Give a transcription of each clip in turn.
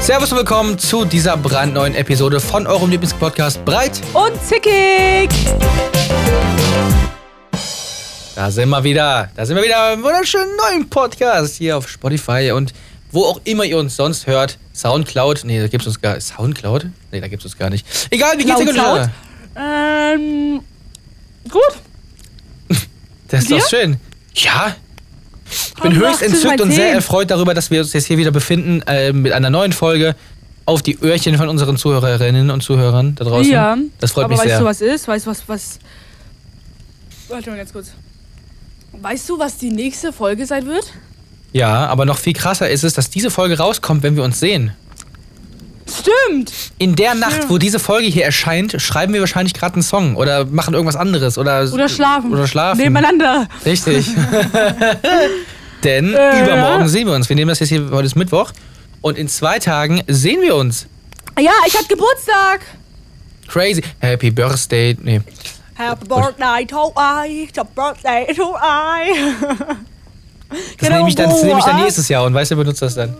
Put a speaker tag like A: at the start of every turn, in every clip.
A: Servus und willkommen zu dieser brandneuen Episode von eurem Lieblingspodcast Breit.
B: Und zickig!
A: Da sind wir wieder. Da sind wir wieder im wunderschönen neuen Podcast hier auf Spotify und wo auch immer ihr uns sonst hört. Soundcloud. Nee, da gibt's uns gar Soundcloud? Nee, da gibt's uns gar nicht. Egal, wie geht's dir,
B: Soundcloud?
A: Gundula?
B: Ähm. Gut.
A: Das ist
B: Dir? Oh,
A: doch schön. Ja. Ich bin
B: Komm, mach
A: höchst
B: zu
A: entzückt und
B: meinen
A: sehr
B: Themen.
A: erfreut darüber, dass wir uns jetzt hier wieder befinden äh, mit einer neuen Folge auf die Öhrchen von unseren Zuhörerinnen und Zuhörern da draußen.
B: Ja.
A: Das freut
B: Aber
A: mich
B: weißt
A: sehr.
B: du, was ist? Weißt du, was, was. Warte mal ganz kurz. Weißt du, was die nächste Folge sein wird?
A: Ja, aber noch viel krasser ist es, dass diese Folge rauskommt, wenn wir uns sehen.
B: Stimmt!
A: In der Nacht, wo diese Folge hier erscheint, schreiben wir wahrscheinlich gerade einen Song oder machen irgendwas anderes oder
B: Oder schlafen.
A: Oder schlafen.
B: Nebeneinander.
A: Richtig. Denn
B: Äh,
A: übermorgen
B: ja.
A: sehen wir uns. Wir nehmen das jetzt hier heute ist Mittwoch und in zwei Tagen sehen wir uns.
B: Ja, ich hatte Geburtstag!
A: Crazy. Happy Birthday. Nee.
B: Happy Birthday to I, happy Birthday to I.
A: Das
B: Genau,
A: nehme ich dann, das
B: wo
A: nehme ich dann
B: ab?
A: nächstes Jahr und weißt du, wer benutzt das dann.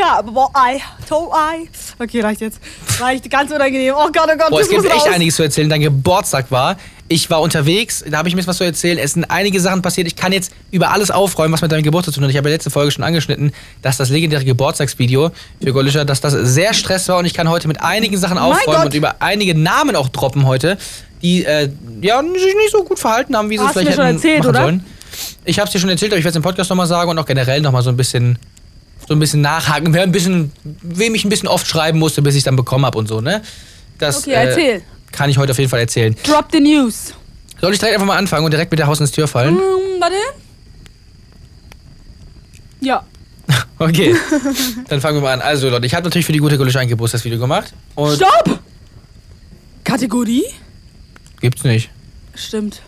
B: Ja, aber Birthday to I. Okay, reicht jetzt. Reicht ganz unangenehm. Oh Gott, oh Gott,
A: Boah,
B: das
A: es gibt
B: muss
A: echt
B: raus.
A: einiges zu erzählen. Dein Geburtstag war. Ich war unterwegs, da habe ich mir jetzt was zu erzählen. Es sind einige Sachen passiert. Ich kann jetzt über alles aufräumen, was mit deinem Geburtstag zu tun hat. Ich habe ja letzte Folge schon angeschnitten, dass das legendäre Geburtstagsvideo für Golischer, dass das sehr Stress war und ich kann heute mit einigen Sachen aufräumen
B: Gott.
A: und über einige Namen auch droppen heute, die äh, ja, sich nicht so gut verhalten haben, wie sie es
B: Hast du
A: vielleicht
B: mir schon
A: hätten
B: erzählt,
A: machen
B: oder?
A: sollen. Ich habe es dir schon erzählt, aber ich werde es im Podcast nochmal sagen und auch generell nochmal so ein bisschen so ein bisschen nachhaken, wer ein bisschen, wem ich ein bisschen oft schreiben musste, bis ich dann bekommen habe und so, ne? Das
B: Okay, erzähl.
A: kann ich heute auf jeden Fall erzählen.
B: Drop the news.
A: Soll ich direkt einfach mal anfangen und direkt mit der Haus ins Tür fallen?
B: Hm, warte. Ja.
A: Okay, dann fangen wir mal an. Also Leute, ich habe natürlich für die gute Gulasch ein Geburtstagsvideo gemacht und
B: Stopp! Kategorie?
A: gibt's nicht.
B: Stimmt.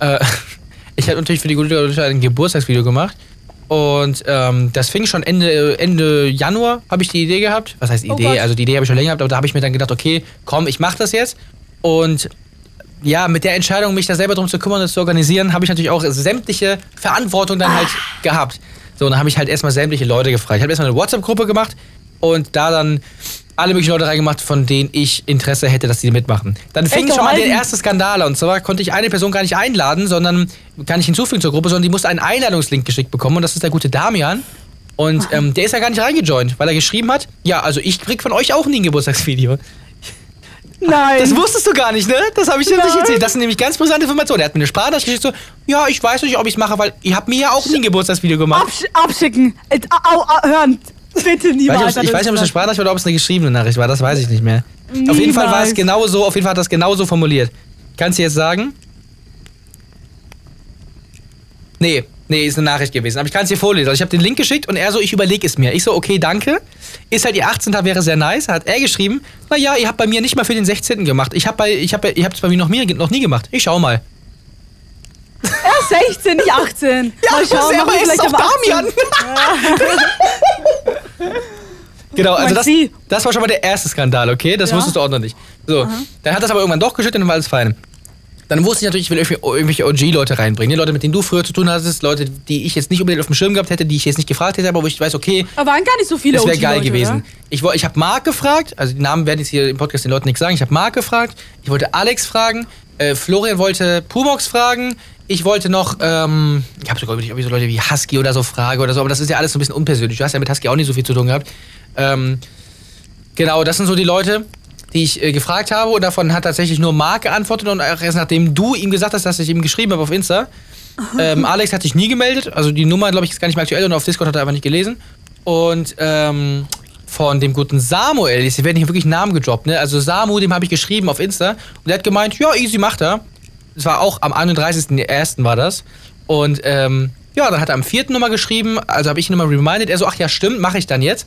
A: Äh, ich habe natürlich für die gute Gulasch ein Geburtstagsvideo gemacht und ähm, das fing schon Ende Ende Januar habe ich die Idee gehabt. Was heißt
B: Oh
A: Idee?
B: Gott.
A: also die Idee habe ich schon länger gehabt, aber da habe ich mir dann gedacht, okay, komm, ich mache das jetzt und ja, mit der Entscheidung, mich da selber drum zu kümmern und zu organisieren, habe ich natürlich auch sämtliche Verantwortung dann halt gehabt. So, und dann habe ich halt erstmal sämtliche Leute gefragt. Ich habe erstmal eine WhatsApp-Gruppe gemacht und da dann alle möglichen Leute reingemacht, von denen ich Interesse hätte, dass die mitmachen. Dann fing
B: Echt,
A: schon mal der
B: Alten?
A: erste Skandal an. Und zwar konnte ich eine Person gar nicht einladen, sondern kann ich hinzufügen zur Gruppe, sondern die musste einen Einladungslink geschickt bekommen und das ist der gute Damian. Und ähm, der ist ja gar nicht reingejoint, weil er geschrieben hat, ja, also ich krieg von euch auch nie ein Geburtstagsvideo.
B: Nein.
A: Das wusstest du gar nicht, ne? Das habe ich dir nicht
B: Nein.
A: erzählt. Das sind nämlich ganz brisante Informationen. Er hat mir eine Sprachnachricht geschickt, so, ja, ich weiß nicht, ob ich es mache, weil ihr habt mir ja auch nie ein Geburtstagsvideo gemacht.
B: Absch abschicken. Äh, au, au, hören. Bitte
A: Ich weiß
B: niemals.
A: nicht, ob's- ich weiß nicht, ob es eine Sprachnachricht oder ob es eine geschriebene Nachricht war, das weiß ich nicht mehr. Auf jeden Fall war es
B: Niemals.
A: genau so, auf jeden Fall hat er es genauso formuliert. Kannst du jetzt sagen? Nee, nee, ist eine Nachricht gewesen. Aber ich kann es dir vorlesen. Also ich habe den Link geschickt und er so, ich überlege es mir. Ich so, okay, danke. Ist halt ihr 18. wäre sehr nice. Hat er geschrieben, naja, ihr habt bei mir nicht mal für den 16. gemacht. Ich hab bei, ich hab, bei- ihr habt es bei mir noch, mir noch nie gemacht. Ich schau mal.
B: Er ist 16, nicht 18. mal schauen, machen wir vielleicht aber 18.
A: genau, also
B: Mein
A: das,
B: Sie.
A: das war schon mal der erste Skandal, okay? Das
B: Ja.
A: wusstest du auch noch nicht. So, dann hat das aber irgendwann doch geschüttet und dann war alles fein. Dann wusste ich natürlich, ich will irgendwie- irgendwelche OG-Leute reinbringen. Die Leute, mit denen du früher zu tun hattest, Leute, die ich jetzt nicht unbedingt auf dem Schirm gehabt hätte, die ich jetzt nicht gefragt hätte, aber wo ich weiß, okay,
B: Da waren gar nicht so viele
A: das wäre
B: OG
A: geil
B: Leute,
A: gewesen.
B: oder?
A: Ich, woll- ich habe Marc gefragt, also die Namen werden jetzt hier im Podcast den Leuten nichts sagen. Ich habe Marc gefragt, ich wollte Alex fragen, äh, Florian wollte Pumox fragen, ich wollte noch, ähm, ich habe sogar überlegt, ob ich so Leute wie Husky oder so frage oder so, aber das ist ja alles so ein bisschen unpersönlich. Du hast ja mit Husky auch nicht so viel zu tun gehabt. Ähm, genau, das sind so die Leute, die ich äh, gefragt habe und davon hat tatsächlich nur Marc geantwortet und auch erst nachdem du ihm gesagt hast, dass ich ihm geschrieben habe auf Insta. Ähm, Alex hat sich nie gemeldet, also die Nummer, glaube ich, ist gar nicht mehr aktuell und auf Discord hat er einfach nicht gelesen. Und ähm, von dem guten Samuel, jetzt werden hier wirklich Namen gedroppt, ne? Also Samu, dem habe ich geschrieben auf Insta und der hat gemeint, ja, easy macht er. Das war auch am 31.01. war das. Und ähm, ja, dann hat er am 4. nochmal geschrieben, also habe ich ihn nochmal reminded, er so, ach ja, stimmt, mache ich dann jetzt.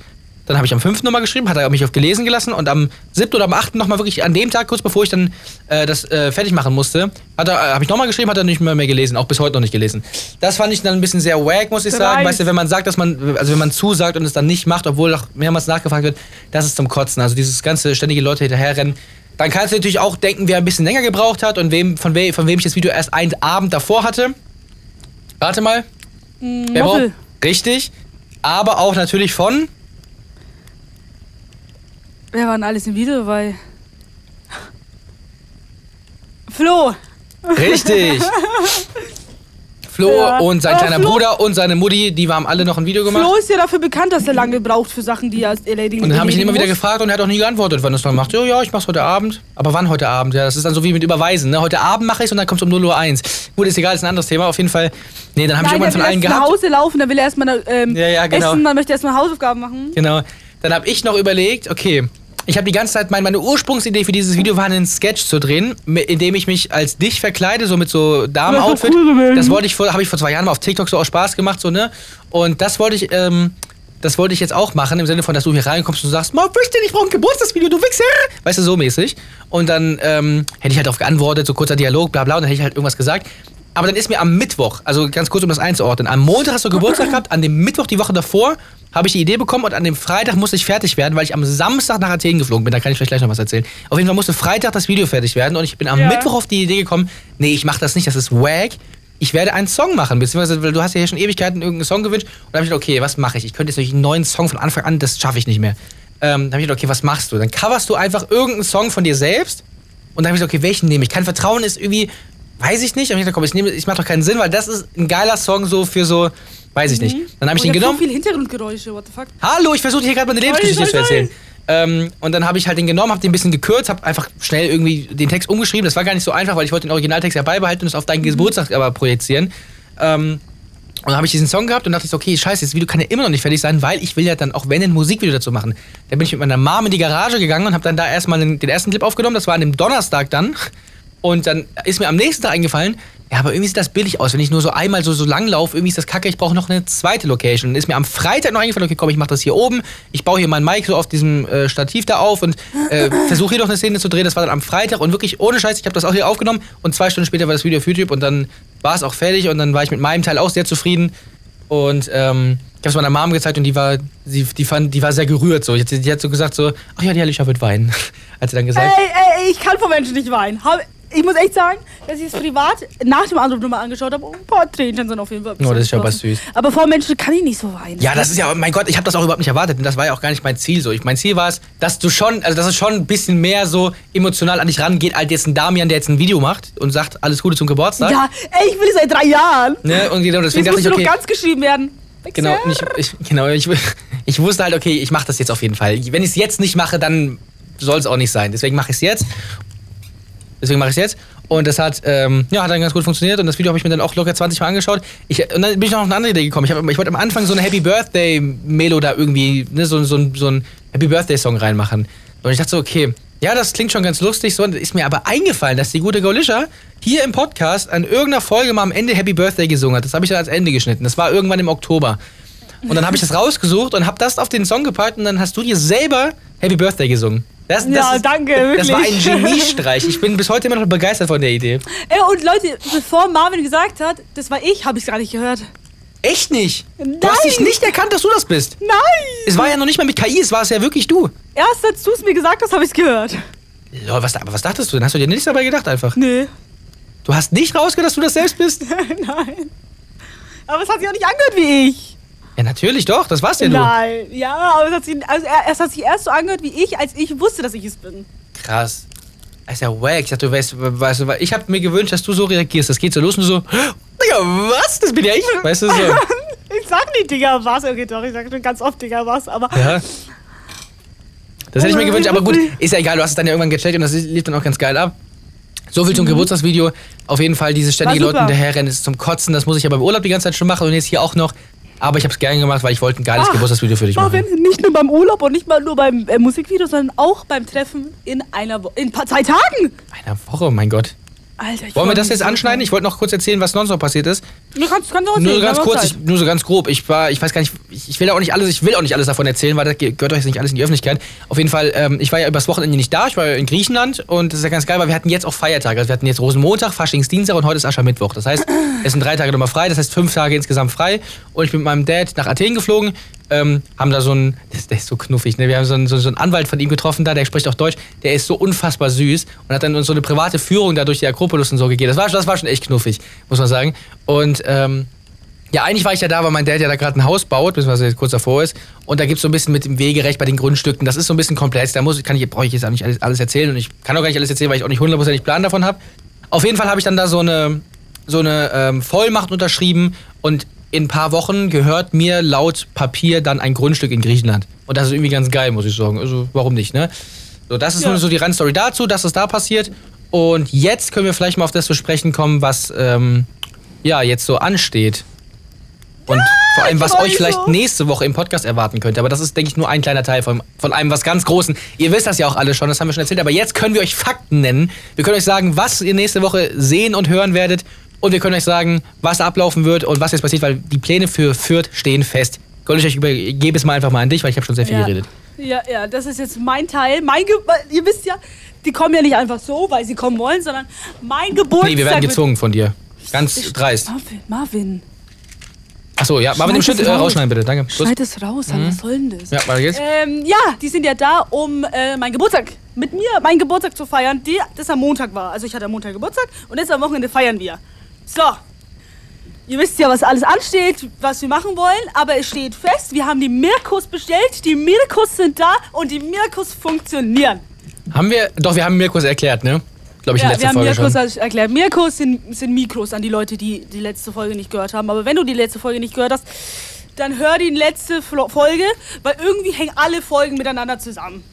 A: Dann habe ich am 5. nochmal geschrieben, hat er mich auf gelesen gelassen und am 7. oder am 8. nochmal wirklich an dem Tag, kurz bevor ich dann äh, das äh, fertig machen musste, hat er, äh, habe ich nochmal geschrieben, hat er nicht mehr, mehr gelesen, auch bis heute noch nicht gelesen. Das fand ich dann ein bisschen sehr wack, muss ich sagen.
B: Dreist.
A: Weißt du, wenn man sagt, dass man, also wenn man zusagt und es dann nicht macht, obwohl auch mehrmals nachgefragt wird, das ist zum Kotzen. Also dieses ganze ständige Leute hinterherrennen, Dann kannst du natürlich auch denken, wer ein bisschen länger gebraucht hat und wem, von, we von wem ich das Video erst einen Abend davor hatte. Warte mal. Wer
B: Mm, Moppel.
A: braucht- Richtig. Aber auch natürlich von.
B: Wer war denn alles im Video dabei? Flo!
A: Richtig. Flo
B: Ja.
A: und sein
B: Ah,
A: kleiner
B: Flo.
A: Bruder und seine Mutti, die haben alle noch ein Video gemacht.
B: Flo ist ja dafür bekannt, dass er lange braucht für Sachen, die er erledigen
A: Und dann habe ich ihn immer wieder
B: muss.
A: gefragt und er hat auch nie geantwortet, wann das dann macht. Ja, ja, ich mach's heute Abend. Aber wann heute Abend? Ja, das ist dann so wie mit Überweisen. Ne? Heute Abend mache ich's und dann kommt's um 0 Uhr 1. Gut, ist egal, ist ein anderes Thema. Auf jeden Fall. Nee, dann habe ich irgendwann
B: Nein, der will
A: von allen
B: erst nach
A: gehabt.
B: Hause laufen, dann will er erstmal ähm,
A: Ja, ja, genau.
B: essen, dann möchte er erstmal Hausaufgaben machen.
A: Genau. Dann habe ich noch überlegt, okay, ich habe die ganze Zeit, meine, meine Ursprungsidee für dieses Video war, einen Sketch zu drehen, mi- in dem ich mich als dich verkleide, so mit so Damenoutfit.
B: Das ist doch cool gewesen.
A: Das wollte ich vor, habe ich vor zwei Jahren mal auf TikTok so aus Spaß gemacht, so, ne? Und das wollte ich, ähm, das wollte ich jetzt auch machen, im Sinne von, dass du hier reinkommst und sagst, Mom, Wichtel, ich brauche ein Geburtstagsvideo, du Wichser! Weißt du, so mäßig. Und dann ähm, hätte ich halt darauf geantwortet, so kurzer Dialog, bla bla, und dann hätte ich halt irgendwas gesagt. Aber dann ist mir am Mittwoch, also ganz kurz, um das einzuordnen, am Montag hast du Geburtstag gehabt, an dem Mittwoch die Woche davor habe ich die Idee bekommen und an dem Freitag musste ich fertig werden, weil ich am Samstag nach Athen geflogen bin. Da kann ich vielleicht gleich noch was erzählen. Auf jeden Fall musste Freitag das Video fertig werden und ich bin am
B: Ja.
A: Mittwoch auf die Idee gekommen, nee, ich mache das nicht, das ist wack. Ich werde einen Song machen, beziehungsweise weil du hast ja hier schon Ewigkeiten irgendeinen Song gewünscht. Und da habe ich gedacht, okay, was mache ich? Ich könnte jetzt natürlich einen neuen Song von Anfang an, das schaffe ich nicht mehr. Ähm, dann habe ich gedacht, okay, was machst du? Dann coverst du einfach irgendeinen Song von dir selbst. Und dann habe ich gesagt, okay, welchen nehme ich? Kein Vertrauen ist irgendwie, weiß ich nicht. Und ich dachte, komm, ich nehme, ich mache doch keinen Sinn, weil das ist ein geiler Song so für so, weiß ich nicht. Dann habe ich den
B: Oh, ich hab
A: genommen.
B: So viele Hintergrundgeräusche, what the fuck?
A: Hallo, ich versuche hier gerade meine Lebensgeschichte
B: Sorry,
A: zu
B: sorry,
A: erzählen. Ähm, und dann habe ich halt den genommen, habe den ein bisschen gekürzt, habe einfach schnell irgendwie den Text umgeschrieben. Das war gar nicht so einfach, weil ich wollte den Originaltext ja beibehalten und es auf deinen Geburtstag aber projizieren. Ähm, und dann habe ich diesen Song gehabt und dachte ich so, okay, scheiße, das Video kann ja immer noch nicht fertig sein, weil ich will ja dann auch wenn ein Musikvideo dazu machen. Dann bin ich mit meiner Mom in die Garage gegangen und habe dann da erstmal den, den ersten Clip aufgenommen. Das war an dem Donnerstag dann. Und dann ist mir am nächsten Tag eingefallen, ja, aber irgendwie sieht das billig aus. Wenn ich nur so einmal so, so lang laufe, irgendwie ist das kacke, ich brauche noch eine zweite Location. Und ist mir am Freitag noch eingefallen, okay, komm, ich mache das hier oben. Ich baue hier mein Mic so auf diesem äh, Stativ da auf und äh, versuche hier noch eine Szene zu drehen. Das war dann am Freitag und wirklich ohne Scheiß, ich habe das auch hier aufgenommen und zwei Stunden später war das Video auf YouTube und dann war es auch fertig und dann war ich mit meinem Teil auch sehr zufrieden. Und ähm, ich habe es meiner Mom gezeigt und die war, sie, die fand, die war sehr gerührt. So. Die, hat- die hat so gesagt so, ach ja, die Alicia wird weinen. Hat sie dann gesagt.
B: Ey, ey, ich kann vor Menschen nicht weinen. Hab- Ich muss echt sagen, dass ich es privat nach dem Anruf nochmal angeschaut habe. Und ein paar Tränchen sind auf jeden Fall. ein
A: Oh, das ist
B: bisschen
A: aber
B: geflossen.
A: süß.
B: Aber vor Menschen kann ich nicht so weinen.
A: Ja, das ist ja, mein Gott, ich habe das auch überhaupt nicht erwartet. Und das war ja auch gar nicht mein Ziel so. Ich, mein Ziel war es, dass du schon, also dass es schon ein bisschen mehr so emotional an dich rangeht, als jetzt ein Damian, der jetzt ein Video macht und sagt, alles Gute zum Geburtstag.
B: Ja, ey, ich will es seit drei Jahren.
A: Ne? Und genau, deswegen
B: Jetzt
A: dachte
B: musst
A: ich,
B: du
A: okay,
B: noch ganz geschrieben werden. Wichser.
A: genau, und ich, ich, genau ich, ich wusste halt, okay, ich mache das jetzt auf jeden Fall. Wenn ich es jetzt nicht mache, dann soll es auch nicht sein. Deswegen mache ich es jetzt. Deswegen mache ich es jetzt. Und das hat, ähm, ja, hat dann ganz gut funktioniert. Und das Video habe ich mir dann auch locker 20 Mal angeschaut. Ich, und dann bin ich noch auf eine andere Idee gekommen. Ich, hab, ich wollte am Anfang so eine Happy Birthday-Melo da irgendwie, ne, so, so, so einen Happy Birthday-Song reinmachen. Und ich dachte so, okay, ja, das klingt schon ganz lustig. So, und ist mir aber eingefallen, dass die gute Gaulisha hier im Podcast an irgendeiner Folge mal am Ende Happy Birthday gesungen hat. Das habe ich dann als Ende geschnitten. Das war irgendwann im Oktober. Und dann habe ich das rausgesucht und habe das auf den Song gepackt. Und dann hast du dir selber Happy Birthday gesungen. Das, das
B: Ja, danke,
A: Das war ein
B: wirklich.
A: Geniestreich. Ich bin bis heute immer noch begeistert von der Idee.
B: Ey, und Leute, bevor Marvin gesagt hat, das war ich, habe ich es gar nicht gehört.
A: Echt nicht? Du hast
B: Nein.
A: dich nicht erkannt, dass du das bist.
B: Nein!
A: Es war ja noch nicht mal mit KI, es war es ja wirklich du.
B: Erst als du es mir gesagt hast, habe ich es gehört.
A: Lol, was, aber was dachtest du denn? Hast du dir nichts dabei gedacht einfach?
B: Nee.
A: Du hast nicht rausgehört, dass du das selbst bist?
B: Nein. Aber es hat sich auch nicht angehört wie ich.
A: Ja, natürlich doch, das warst ja du.
B: Nein. Ja, aber es hat, sich, also er- es hat sich erst so angehört wie ich, als ich wusste, dass ich es bin.
A: Krass. Das ist ja wack. Ich dachte, du weißt, weißt du, ich habe mir gewünscht, dass du so reagierst. Das geht so los und du so, Digga, was? Das bin ja ich. Weißt du so?
B: Ich sag nicht, Digga, was. Okay, doch, ich sag schon ganz oft, Digga, was. Aber
A: Ja. Das hätte ich mir gewünscht, aber gut, ist ja egal, du hast es dann ja irgendwann gecheckt und das lief dann auch ganz geil ab. So viel zum Geburtstagsvideo. Auf jeden Fall, dieses ständige
B: Mhm. War super.
A: Leuten hinterherrennen ist zum Kotzen. Das muss ich ja beim Urlaub die ganze Zeit schon machen und jetzt hier auch noch. Aber ich habe es gerne gemacht, weil ich wollte ein geiles
B: Ach,
A: Geburtstagsvideo für dich machen.
B: Ah, Marvin, nicht nur beim Urlaub und nicht mal nur beim äh, Musikvideo, sondern auch beim Treffen in einer Woche, in paar, zwei Tagen.
A: Einer Woche, oh mein Gott.
B: Alter, ich
A: Wollen wir
B: freu
A: das
B: mich
A: jetzt
B: so.
A: anschneiden? Ich wollte noch kurz erzählen, was sonst noch passiert ist.
B: Du kannst, kannst
A: Nur so
B: auch erzählen,
A: ganz
B: wir haben
A: kurz, ich,
B: Zeit.
A: nur so ganz grob. Ich war, ich weiß gar nicht, ich, ich will da auch nicht alles, ich will auch nicht alles davon erzählen, weil das ge- gehört euch jetzt nicht alles in die Öffentlichkeit. Auf jeden Fall, ähm, ich war ja übers Wochenende nicht da, ich war in Griechenland und das ist ja ganz geil, weil wir hatten jetzt auch Feiertage. Also wir hatten jetzt Rosenmontag, Faschingsdienstag und heute ist Aschermittwoch. Das heißt, es sind drei Tage nochmal frei, das heißt fünf Tage insgesamt frei. Und ich bin mit meinem Dad nach Athen geflogen, ähm, haben da so einen, das, der ist so knuffig, ne? wir haben so einen, so, so einen Anwalt von ihm getroffen da, der spricht auch Deutsch, der ist so unfassbar süß und hat dann uns so eine private Führung da durch die Akropolis und so gegeben. Das war, das war schon echt knuffig, muss man sagen. Und, ähm, ja, eigentlich war ich ja da, weil mein Dad ja da gerade ein Haus baut, beziehungsweise jetzt kurz davor ist. Und da gibt's so ein bisschen mit dem Wegerecht bei den Grundstücken. Das ist so ein bisschen komplex. Da muss, kann ich, brauche ich jetzt auch nicht alles, alles erzählen. Und ich kann auch gar nicht alles erzählen, weil ich auch nicht hundertprozentig Plan davon habe. Auf jeden Fall habe ich dann da so eine, so eine ähm, Vollmacht unterschrieben. Und in ein paar Wochen gehört mir laut Papier dann ein Grundstück in Griechenland. Und das ist irgendwie ganz geil, muss ich sagen. Also warum nicht, ne? So, das ist
B: Ja.
A: nur so die Randstory dazu, dass es da passiert. Und jetzt können wir vielleicht mal auf das zu sprechen kommen, was ähm, ja jetzt so ansteht. Und vor allem, was
B: ich
A: euch vielleicht
B: weiß es.
A: nächste Woche im Podcast erwarten könnte. Aber das ist, denke ich, nur ein kleiner Teil von, von einem was ganz Großen. Ihr wisst das ja auch alle schon, das haben wir schon erzählt. Aber jetzt können wir euch Fakten nennen. Wir können euch sagen, was ihr nächste Woche sehen und hören werdet. Und wir können euch sagen, was da ablaufen wird und was jetzt passiert, weil die Pläne für Fürth stehen fest. Gold, ich euch übergebe es mal einfach mal an dich, weil ich habe schon sehr viel
B: ja.
A: geredet.
B: Ja, ja, das ist jetzt mein Teil. Mein Ge weil ihr wisst ja, die kommen ja nicht einfach so, weil sie kommen wollen, sondern mein Geburtstag.
A: Nee, wir werden
B: wird-
A: gezwungen von dir. Ganz
B: Ich-
A: dreist.
B: Marvin, Marvin,
A: Achso, ja, mal mit dem
B: Schneid
A: Schnitt
B: das
A: äh,
B: raus.
A: rausschneiden bitte, danke. Los.
B: schneid es raus, Alter, was soll denn das?
A: Mhm. Ja, weiter geht's.
B: Ähm, ja, die sind ja da, um äh, meinen Geburtstag mit mir, meinen Geburtstag zu feiern, die, das am Montag war. Also ich hatte am Montag Geburtstag und jetzt am Wochenende feiern wir. So. Ihr wisst ja, was alles ansteht, was wir machen wollen, aber es steht fest, wir haben die Mirkus bestellt, die Mirkus sind da und die Mirkus funktionieren.
A: Haben wir, doch, wir haben Mirkus erklärt, ne? Glaube ich, in
B: Ja, wir
A: letzter
B: haben
A: Folge
B: Mirkus
A: schon.
B: also erklärt. Mirkus sind, sind Mikros an die Leute, die die letzte Folge nicht gehört haben. Aber wenn du die letzte Folge nicht gehört hast, dann hör die letzte Flo- Folge, weil irgendwie hängen alle Folgen miteinander zusammen.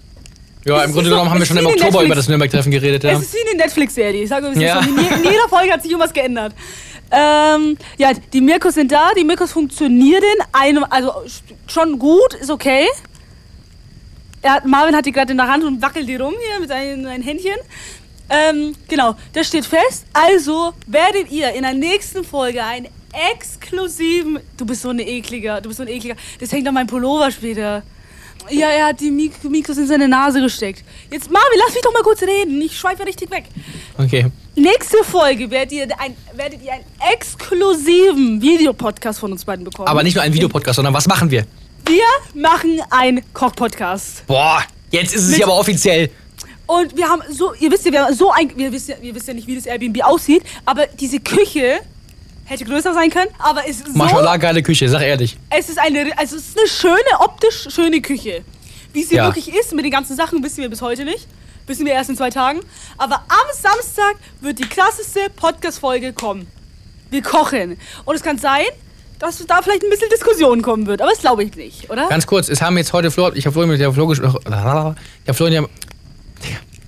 A: Ja,
B: es
A: im
B: ist
A: Grunde
B: so-
A: genommen haben wir
B: es
A: schon
B: ist
A: im
B: wie in
A: Oktober über
B: Netflix.
A: das Nürnberg-Treffen geredet, ja.
B: Es ist wie eine Netflix-Serie. Ich sage euch
A: Ja.
B: ja. in, je, in jeder Folge hat sich irgendwas geändert. Ähm, ja, die Mirkus sind da. Die Mirkus funktionieren. Einem, also st- schon gut, ist okay. Er hat, Marvin hat die gerade in der Hand und wackelt die rum hier mit seinen, seinen Händchen. Ähm, genau, das steht fest. Also werdet ihr in der nächsten Folge einen exklusiven. Du bist so eine ekliger, du bist so ein ekliger. Das hängt an meinem Pullover später. Ja, er hat die Mik Mikros in seine Nase gesteckt. Jetzt, Marvin, lass mich doch mal kurz reden. Ich schweife richtig weg.
A: Okay.
B: Nächste Folge werdet ihr, ein, werdet ihr einen exklusiven Videopodcast von uns beiden bekommen.
A: Aber nicht nur ein Videopodcast, sondern was machen wir?
B: Wir machen einen Koch-Podcast.
A: Boah, jetzt ist es
B: Mit-
A: ja aber offiziell.
B: Und wir haben so, ihr wisst ja, wir haben so ein, wir wisst ja, ihr wisst ja nicht, wie das Airbnb aussieht, aber diese Küche hätte größer sein können, aber es ist so
A: Mashallah, geile Küche, sag ehrlich.
B: Es ist eine, also es ist eine schöne, optisch schöne Küche. Wie sie
A: Ja.
B: wirklich ist mit den ganzen Sachen, wissen wir bis heute nicht. Wissen wir erst in zwei Tagen. Aber am Samstag wird die krasseste Podcast-Folge kommen. Wir kochen. Und es kann sein, dass da vielleicht ein bisschen Diskussion kommen wird. Aber das glaube ich nicht, oder?
A: Ganz kurz, es haben jetzt heute Flo, ich habe vorhin mit der Flo gesprochen. Ich habe vorhin, ja,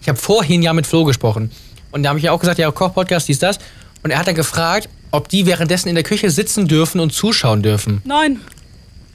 A: ich hab vorhin ja mit Flo gesprochen. Und da habe ich ja auch gesagt, ja, Koch-Podcast, dies, das. Und er hat dann gefragt, ob die währenddessen in der Küche sitzen dürfen und zuschauen dürfen.
B: Nein,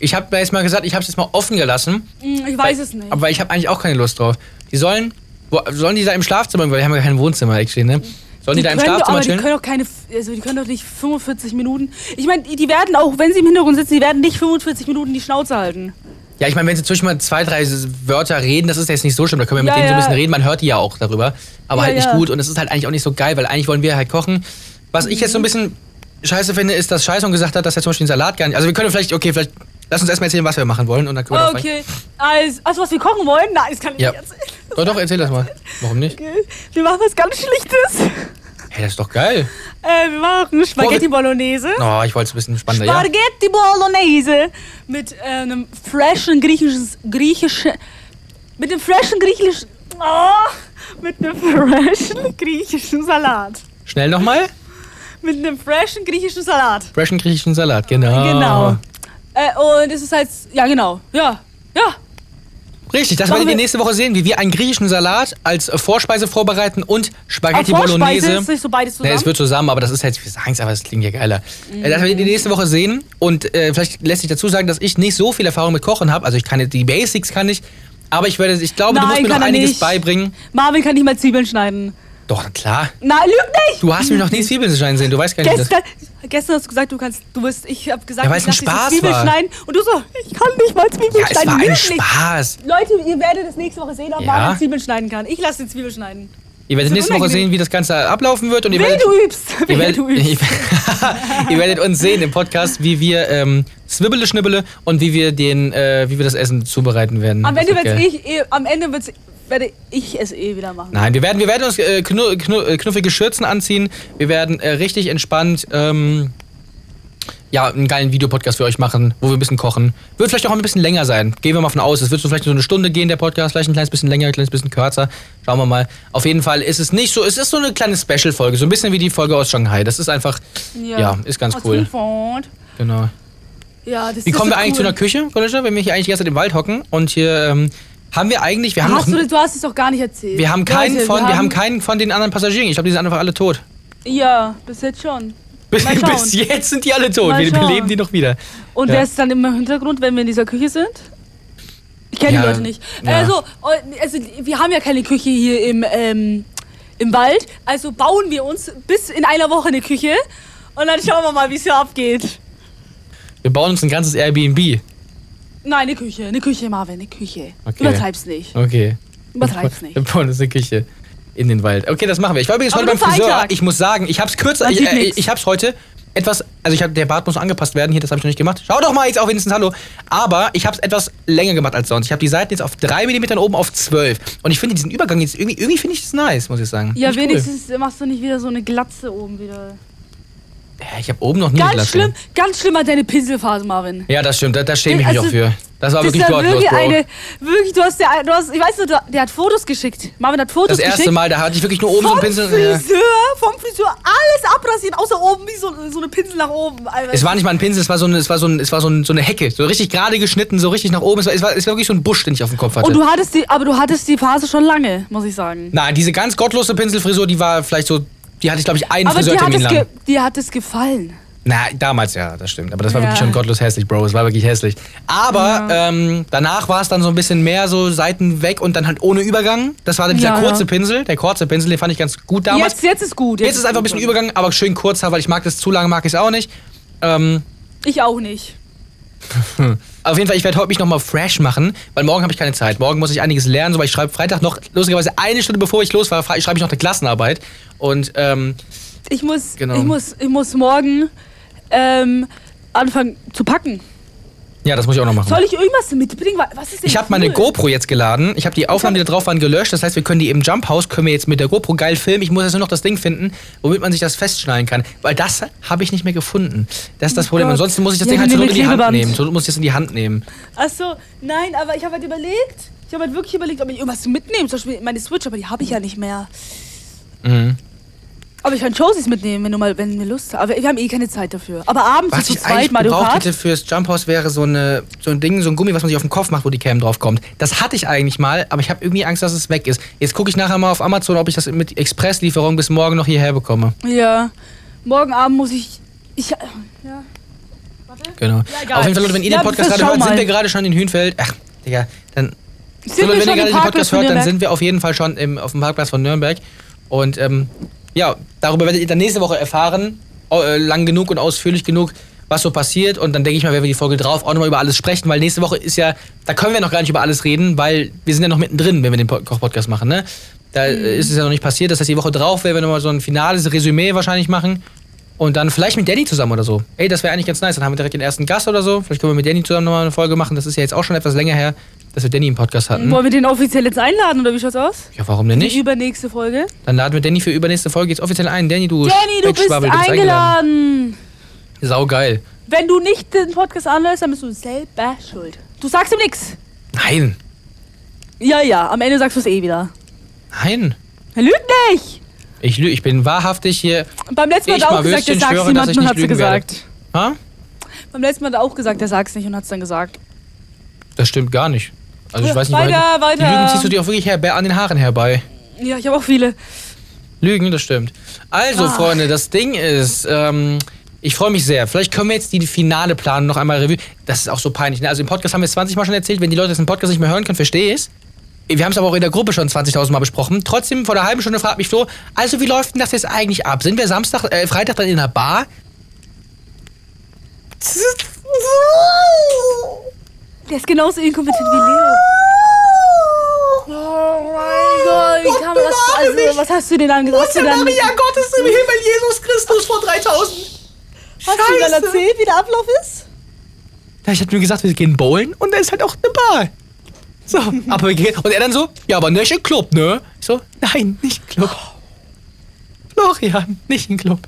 A: Ich habe jetzt mal gesagt, ich habe es jetzt mal offen gelassen.
B: Hm, ich weiß es nicht.
A: Mhm. Aber ich habe eigentlich auch keine Lust drauf. Die sollen, wo, sollen die da im Schlafzimmer, weil wir haben ja kein Wohnzimmer, actually, ne? Sollen die, da im
B: können doch,
A: Schlafzimmer
B: aber die
A: chillen?
B: können doch keine, also die können doch nicht 45 Minuten. Ich meine, die, die werden auch, wenn sie im Hintergrund sitzen, die werden nicht 45 Minuten die Schnauze halten.
A: Ja, ich meine, wenn sie zwischendurch mal zwei, drei S- Wörter reden, das ist jetzt nicht so schlimm. Da können wir mit
B: Ja,
A: denen so ein
B: ja.
A: bisschen reden. Man hört die ja auch darüber. Aber
B: Ja,
A: halt nicht
B: ja.
A: gut. Und es ist halt eigentlich auch nicht so geil, weil eigentlich wollen wir halt kochen. Was ich
B: Mhm.
A: jetzt so ein bisschen scheiße finde, ist, dass Scheißung gesagt hat, dass er zum Beispiel den Salat gar nicht. Also, wir können vielleicht, okay, vielleicht. Lass uns erstmal erzählen, was wir machen wollen. Und dann können wir
B: Ah,
A: noch
B: okay. Also, also, was wir kochen wollen? Nein, das kann ich
A: Ja.
B: nicht erzählen.
A: Doch, doch, erzähl das mal. Warum nicht?
B: Okay. Wir machen was ganz Schlichtes.
A: Hey, das ist doch geil.
B: Äh, wir machen Spaghetti Bolognese.
A: Oh, ich wollte es ein bisschen spannender, ja?
B: Spaghetti Bolognese mit äh, einem freshen griechischen, griechischen, mit einem freshen griechischen, oh, mit einem freshen griechischen Salat.
A: Schnell nochmal.
B: Mit einem freshen griechischen Salat.
A: Freshen griechischen Salat, genau.
B: Genau. Äh, und es ist halt, ja genau, ja, ja.
A: Richtig, das
B: Machen
A: werden wir
B: wir-
A: nächste Woche sehen, wie wir einen griechischen Salat als äh, Vorspeise vorbereiten und Spaghetti
B: Vorspeise
A: Bolognese.
B: ist nicht so beides
A: Nee,
B: zusammen.
A: es wird zusammen, aber das ist halt, wir sagen es, aber es klingt ja geiler. Äh, Das werden wir die nächste Woche sehen und äh, vielleicht lässt sich dazu sagen, dass ich nicht so viel Erfahrung mit Kochen habe. Also ich kann jetzt- die Basics kann ich, aber ich werde, ich glaube, du
B: Nein,
A: musst mir noch
B: kann er
A: einiges
B: nicht.
A: beibringen.
B: Marvin kann nicht mal Zwiebeln schneiden.
A: Doch, na klar.
B: Nein, lüg nicht!
A: Du hast mich noch nie Zwiebeln schneiden sehen, du weißt gar nicht, dass...
B: Gestern, Gestern hast du gesagt, du kannst, du wirst, ich habe gesagt,
A: Ja, weil
B: ich
A: es ein
B: lass
A: Spaß
B: diese Zwiebel
A: war.
B: schneiden und du so, ich kann nicht mal Zwiebeln
A: Ja, es
B: schneiden.
A: war ein
B: wirklich nicht.
A: Spaß.
B: Leute, ihr werdet es nächste Woche sehen, ob
A: Ja.
B: Marvin Zwiebeln schneiden kann. Ich lasse die Zwiebel schneiden.
A: Ihr werdet
B: Das ist
A: nächste Woche
B: unangenehm.
A: sehen, wie das Ganze ablaufen wird. Und ihr
B: Will
A: werdet,
B: du übst.
A: ihr,
B: Will
A: werdet,
B: du übst.
A: ihr werdet uns sehen im Podcast, wie wir ähm, Swibbele, Schnibbele und wie wir, den, äh, wie wir das Essen zubereiten werden.
B: Am
A: Das
B: Ende
A: wird
B: wird's
A: geil.
B: ich, eh, am Ende wird's, werde ich es eh wieder machen.
A: Nein, wir werden, wir werden uns äh, knu, knu, äh, knuffige Schürzen anziehen. Wir werden äh, richtig entspannt ähm, ja, einen geilen Videopodcast für euch machen, wo wir ein bisschen kochen. Wird vielleicht auch ein bisschen länger sein. Gehen wir mal von aus. Es wird so vielleicht so eine Stunde gehen, der Podcast. Vielleicht ein kleines bisschen länger, ein kleines bisschen kürzer. Schauen wir mal. Auf jeden Fall ist es nicht so. Es ist so eine kleine Special-Folge. So ein bisschen wie die Folge aus Shanghai. Das ist einfach. Ja, ist ganz
B: Aus
A: cool.
B: Frankfurt.
A: Genau.
B: Ja, das
A: Wie
B: ist
A: kommen
B: so
A: wir eigentlich
B: cool.
A: zu einer Küche, Kolleger? Wenn wir hier eigentlich die ganze Zeit im Wald hocken und hier. Ähm, haben wir eigentlich. Wir haben
B: Hast
A: noch.
B: du, das- du hast es doch gar nicht erzählt.
A: Wir haben keinen
B: Leute,
A: von, wir haben keinen von den anderen Passagieren. Ich glaube, die sind einfach alle tot.
B: Ja, bis jetzt schon.
A: Bis,
B: Mal schauen.
A: bis jetzt sind die alle tot.
B: Mal
A: Wir
B: schauen.
A: beleben die noch wieder.
B: Und
A: Ja.
B: wer ist dann im Hintergrund, wenn wir in dieser Küche sind? Ich kenne
A: Ja,
B: die Leute nicht.
A: ja.
B: Also, äh, also, wir haben ja keine Küche hier im, ähm, im Wald. Also bauen wir uns bis in einer Woche eine Küche. Und dann schauen wir mal, wie es hier abgeht.
A: Wir bauen uns ein ganzes Airbnb.
B: Nein, eine Küche, eine Küche, Marvin, eine Küche.
A: Okay.
B: Übertreib's nicht.
A: Okay.
B: Übertreib's nicht.
A: Wir bauen uns eine Küche in den Wald. Okay, das machen wir. Ich war übrigens
B: Aber
A: heute beim
B: nur für einen
A: Friseur.
B: Tag.
A: Ich muss sagen, ich hab's kürzer.
B: Man
A: Ich,
B: sieht
A: äh,
B: nix.
A: ich hab's heute etwas. Also ich hab, der Bart muss angepasst werden hier, das habe ich noch nicht gemacht. Schau doch mal jetzt auch wenigstens Hallo. Aber ich habe es etwas länger gemacht als sonst. Ich habe die Seiten jetzt auf 3 mm oben auf 12. Und ich finde diesen Übergang jetzt irgendwie, irgendwie finde ich das nice, muss ich sagen.
B: Ja,
A: Finde ich
B: wenigstens machst du nicht wieder so eine Glatze oben wieder.
A: Cool. Ja, Ich habe oben noch nie eine Glatze.
B: Ganz schlimm, ganz schlimm an deine Pinselphase, Marvin.
A: Ja, das stimmt. Da, da schäme ich mich
B: Also,
A: auch für. Das war
B: Das
A: wirklich
B: ist ja
A: gottlos,
B: wirklich
A: Bro.
B: eine, wirklich, du hast, der, du hast, ich weiß nur, du- der hat Fotos geschickt. Marvin hat Fotos
A: Das erste
B: geschickt.
A: Mal, da hatte ich wirklich nur oben so
B: vom
A: einen Pinsel. Ja.
B: Friseur, vom Friseur, alles abrasiert, außer oben, wie so, so eine Pinsel nach oben. Alter.
A: Es war nicht mal ein Pinsel, es war so, ein, es war so, ein, es war so, ein, so eine Hecke. So richtig gerade geschnitten, so richtig nach oben. Es war, es war, es war wirklich so ein Busch, den ich auf dem Kopf hatte.
B: Und du hattest die, aber du hattest die Phase schon lange, muss ich sagen.
A: Nein, diese ganz gottlose Pinselfrisur, die war vielleicht so. Die hatte ich, glaube ich, einen
B: aber dir hat,
A: Friseurtermin
B: es ge,
A: lang.
B: dir hat es gefallen.
A: Na, damals ja, das stimmt. Aber das war
B: Ja.
A: wirklich schon gottlos hässlich, Bro. Es war wirklich hässlich. Aber ähm, danach war es dann so ein bisschen mehr so Seiten weg und dann halt ohne Übergang. Das war dann dieser
B: Ja, ja.
A: kurze Pinsel. Der kurze Pinsel, den fand ich ganz gut damals.
B: Jetzt, jetzt ist gut.
A: Jetzt ist einfach ein bisschen Übergang, aber schön kurz, weil ich mag das zu lange, mag ich es auch nicht. Ähm,
B: Ich auch nicht.
A: auf jeden Fall, ich werde heute mich nochmal fresh machen, weil morgen habe ich keine Zeit. Morgen muss ich einiges lernen, so, weil ich schreibe Freitag noch, lustigerweise eine Stunde bevor ich losfahre, fra- schreibe ich noch eine Klassenarbeit. Und ähm,
B: Ich muss,
A: Genau.
B: ich muss, ich muss morgen ähm, anfangen zu packen.
A: ja, das muss ich auch noch machen.
B: Soll ich irgendwas mitbringen? Wa- Was ist denn
A: Ich habe meine
B: cool?
A: GoPro jetzt geladen. Ich habe die Aufnahmen, die da drauf waren, gelöscht. Das heißt, wir können die im Jump House, können wir jetzt mit der GoPro geil filmen. Ich muss jetzt nur noch das Ding finden, womit man sich das festschneiden kann. Weil das habe ich nicht mehr gefunden. Das ist das Problem.
B: Oh Gott.
A: Ansonsten muss ich das
B: Ja,
A: Ding halt
B: nimm
A: so in
B: den
A: die Hand
B: Klebeband.
A: nehmen. So muss ich das in die Hand nehmen.
B: Ach so, nein, aber ich habe halt überlegt. Ich habe halt wirklich überlegt, ob ich irgendwas mitnehme. Zum Beispiel meine Switch, aber die habe ich ja nicht mehr.
A: Mhm.
B: Aber ich kann Josies mitnehmen, wenn du mal, wenn wir Lust haben. Aber wir haben eh keine Zeit dafür. Aber abends
A: Was
B: zu
A: ich
B: zweit
A: eigentlich
B: Mario
A: gebraucht
B: Kart.
A: hätte fürs Jump House wäre so, eine, so ein Ding, so ein Gummi, was man sich auf den Kopf macht, wo die Cam drauf kommt. Das hatte ich eigentlich mal, aber ich habe irgendwie Angst, dass es weg ist. Jetzt gucke ich nachher mal auf Amazon, ob ich das mit Expresslieferung bis morgen noch hierher bekomme.
B: Ja. Morgen Abend muss ich. Ich. Ja.
A: Genau.
B: egal.
A: auf jeden Fall, Leute, wenn ihr
B: Ja,
A: den Podcast
B: das
A: gerade
B: schau
A: hört, sind
B: mal.
A: wir gerade schon in Hühnfeld. Ach, Digga, dann. Leute,
B: Sind wir
A: wenn ihr
B: schon
A: gerade
B: im
A: den
B: Parkplatz
A: Podcast
B: von
A: hört, dann
B: Nürnberg?
A: sind wir auf jeden Fall schon im, auf dem Parkplatz von Nürnberg. Und ähm, ja, darüber werdet ihr dann nächste Woche erfahren, oh, äh, lang genug und ausführlich genug, was so passiert. Und dann denke ich mal, werden wir die Folge drauf auch nochmal über alles sprechen, weil nächste Woche ist ja, da können wir noch gar nicht über alles reden, weil wir sind ja noch mittendrin, wenn wir den Po- Koch-Podcast machen, ne? Da äh, ist es ja noch nicht passiert. Das heißt, die Woche drauf werden wir nochmal so ein finales Resümee wahrscheinlich machen. Und dann vielleicht mit Danny zusammen oder so. Ey, das wäre eigentlich ganz nice. Dann haben wir direkt den ersten Gast oder so. Vielleicht können wir mit Danny zusammen nochmal eine Folge machen. Das ist ja jetzt auch schon etwas länger her, dass wir Danny im Podcast hatten.
B: Wollen wir den offiziell jetzt einladen oder wie schaut's aus?
A: Ja, warum denn
B: Die
A: nicht?
B: übernächste Folge.
A: Dann laden wir Danny für übernächste Folge jetzt offiziell ein. Danny, du
B: Danny, du bist
A: Speckschwabbel, du bist
B: eingeladen.
A: Sau geil.
B: Wenn du nicht den Podcast anhörst, dann bist du selber schuld. Du sagst ihm nichts.
A: Nein,
B: Ja, ja, am Ende sagst du es eh wieder.
A: nein.
B: Er lügt nicht!
A: Ich, lü- ich bin wahrhaftig hier.
B: Beim letzten Mal
A: Ich,
B: hat er auch gesagt,
A: Marwöschen,
B: er sagt's
A: schwöre, dass
B: niemandem
A: ich
B: und
A: nicht
B: hat's
A: lügen werde.
B: gesagt.
A: Ha?
B: Beim letzten Mal hat er auch gesagt, er sag's nicht und hat's dann gesagt.
A: Das stimmt gar nicht. Also ich
B: Ja,
A: weiß nicht,
B: weiter,
A: woher- Die
B: weiter.
A: Lügen ziehst du dir auch wirklich her, bei- an den Haaren herbei.
B: Ja, ich habe auch viele.
A: Lügen, das stimmt. Also,
B: Ah.
A: Freunde, das Ding ist, ähm, ich freue mich sehr. Vielleicht können wir jetzt die finale Planung noch einmal Revue. Das ist auch so peinlich. Ne? Also, im Podcast haben wir es 20 Mal schon erzählt. Wenn die Leute jetzt den Podcast nicht mehr hören können, verstehe ich Wir haben es aber auch in der Gruppe schon 20.000 Mal besprochen. Trotzdem, vor einer halben Stunde fragt mich Flo, also wie läuft denn das jetzt eigentlich ab? Sind wir Samstag, äh, Freitag dann in der Bar?
B: Der ist genauso inkompetent wie Leo. Oh mein Gott, wie kann man das?
A: bewahre mich.
B: Also, was hast du denn dann gesagt? Hast du
A: Große
B: dann,
A: Maria Gottes im Himmel, Jesus Christus vor 3000.
B: hast du dann erzählt, wie der Ablauf ist?
A: Ja, ich hab nur gesagt, wir gehen bowlen und da ist halt auch eine Bar. So, aber wir gehen. Und er dann so, ja, aber nicht im Club, ne? Ich so, nein, nicht im Club. Florian, nicht im Club.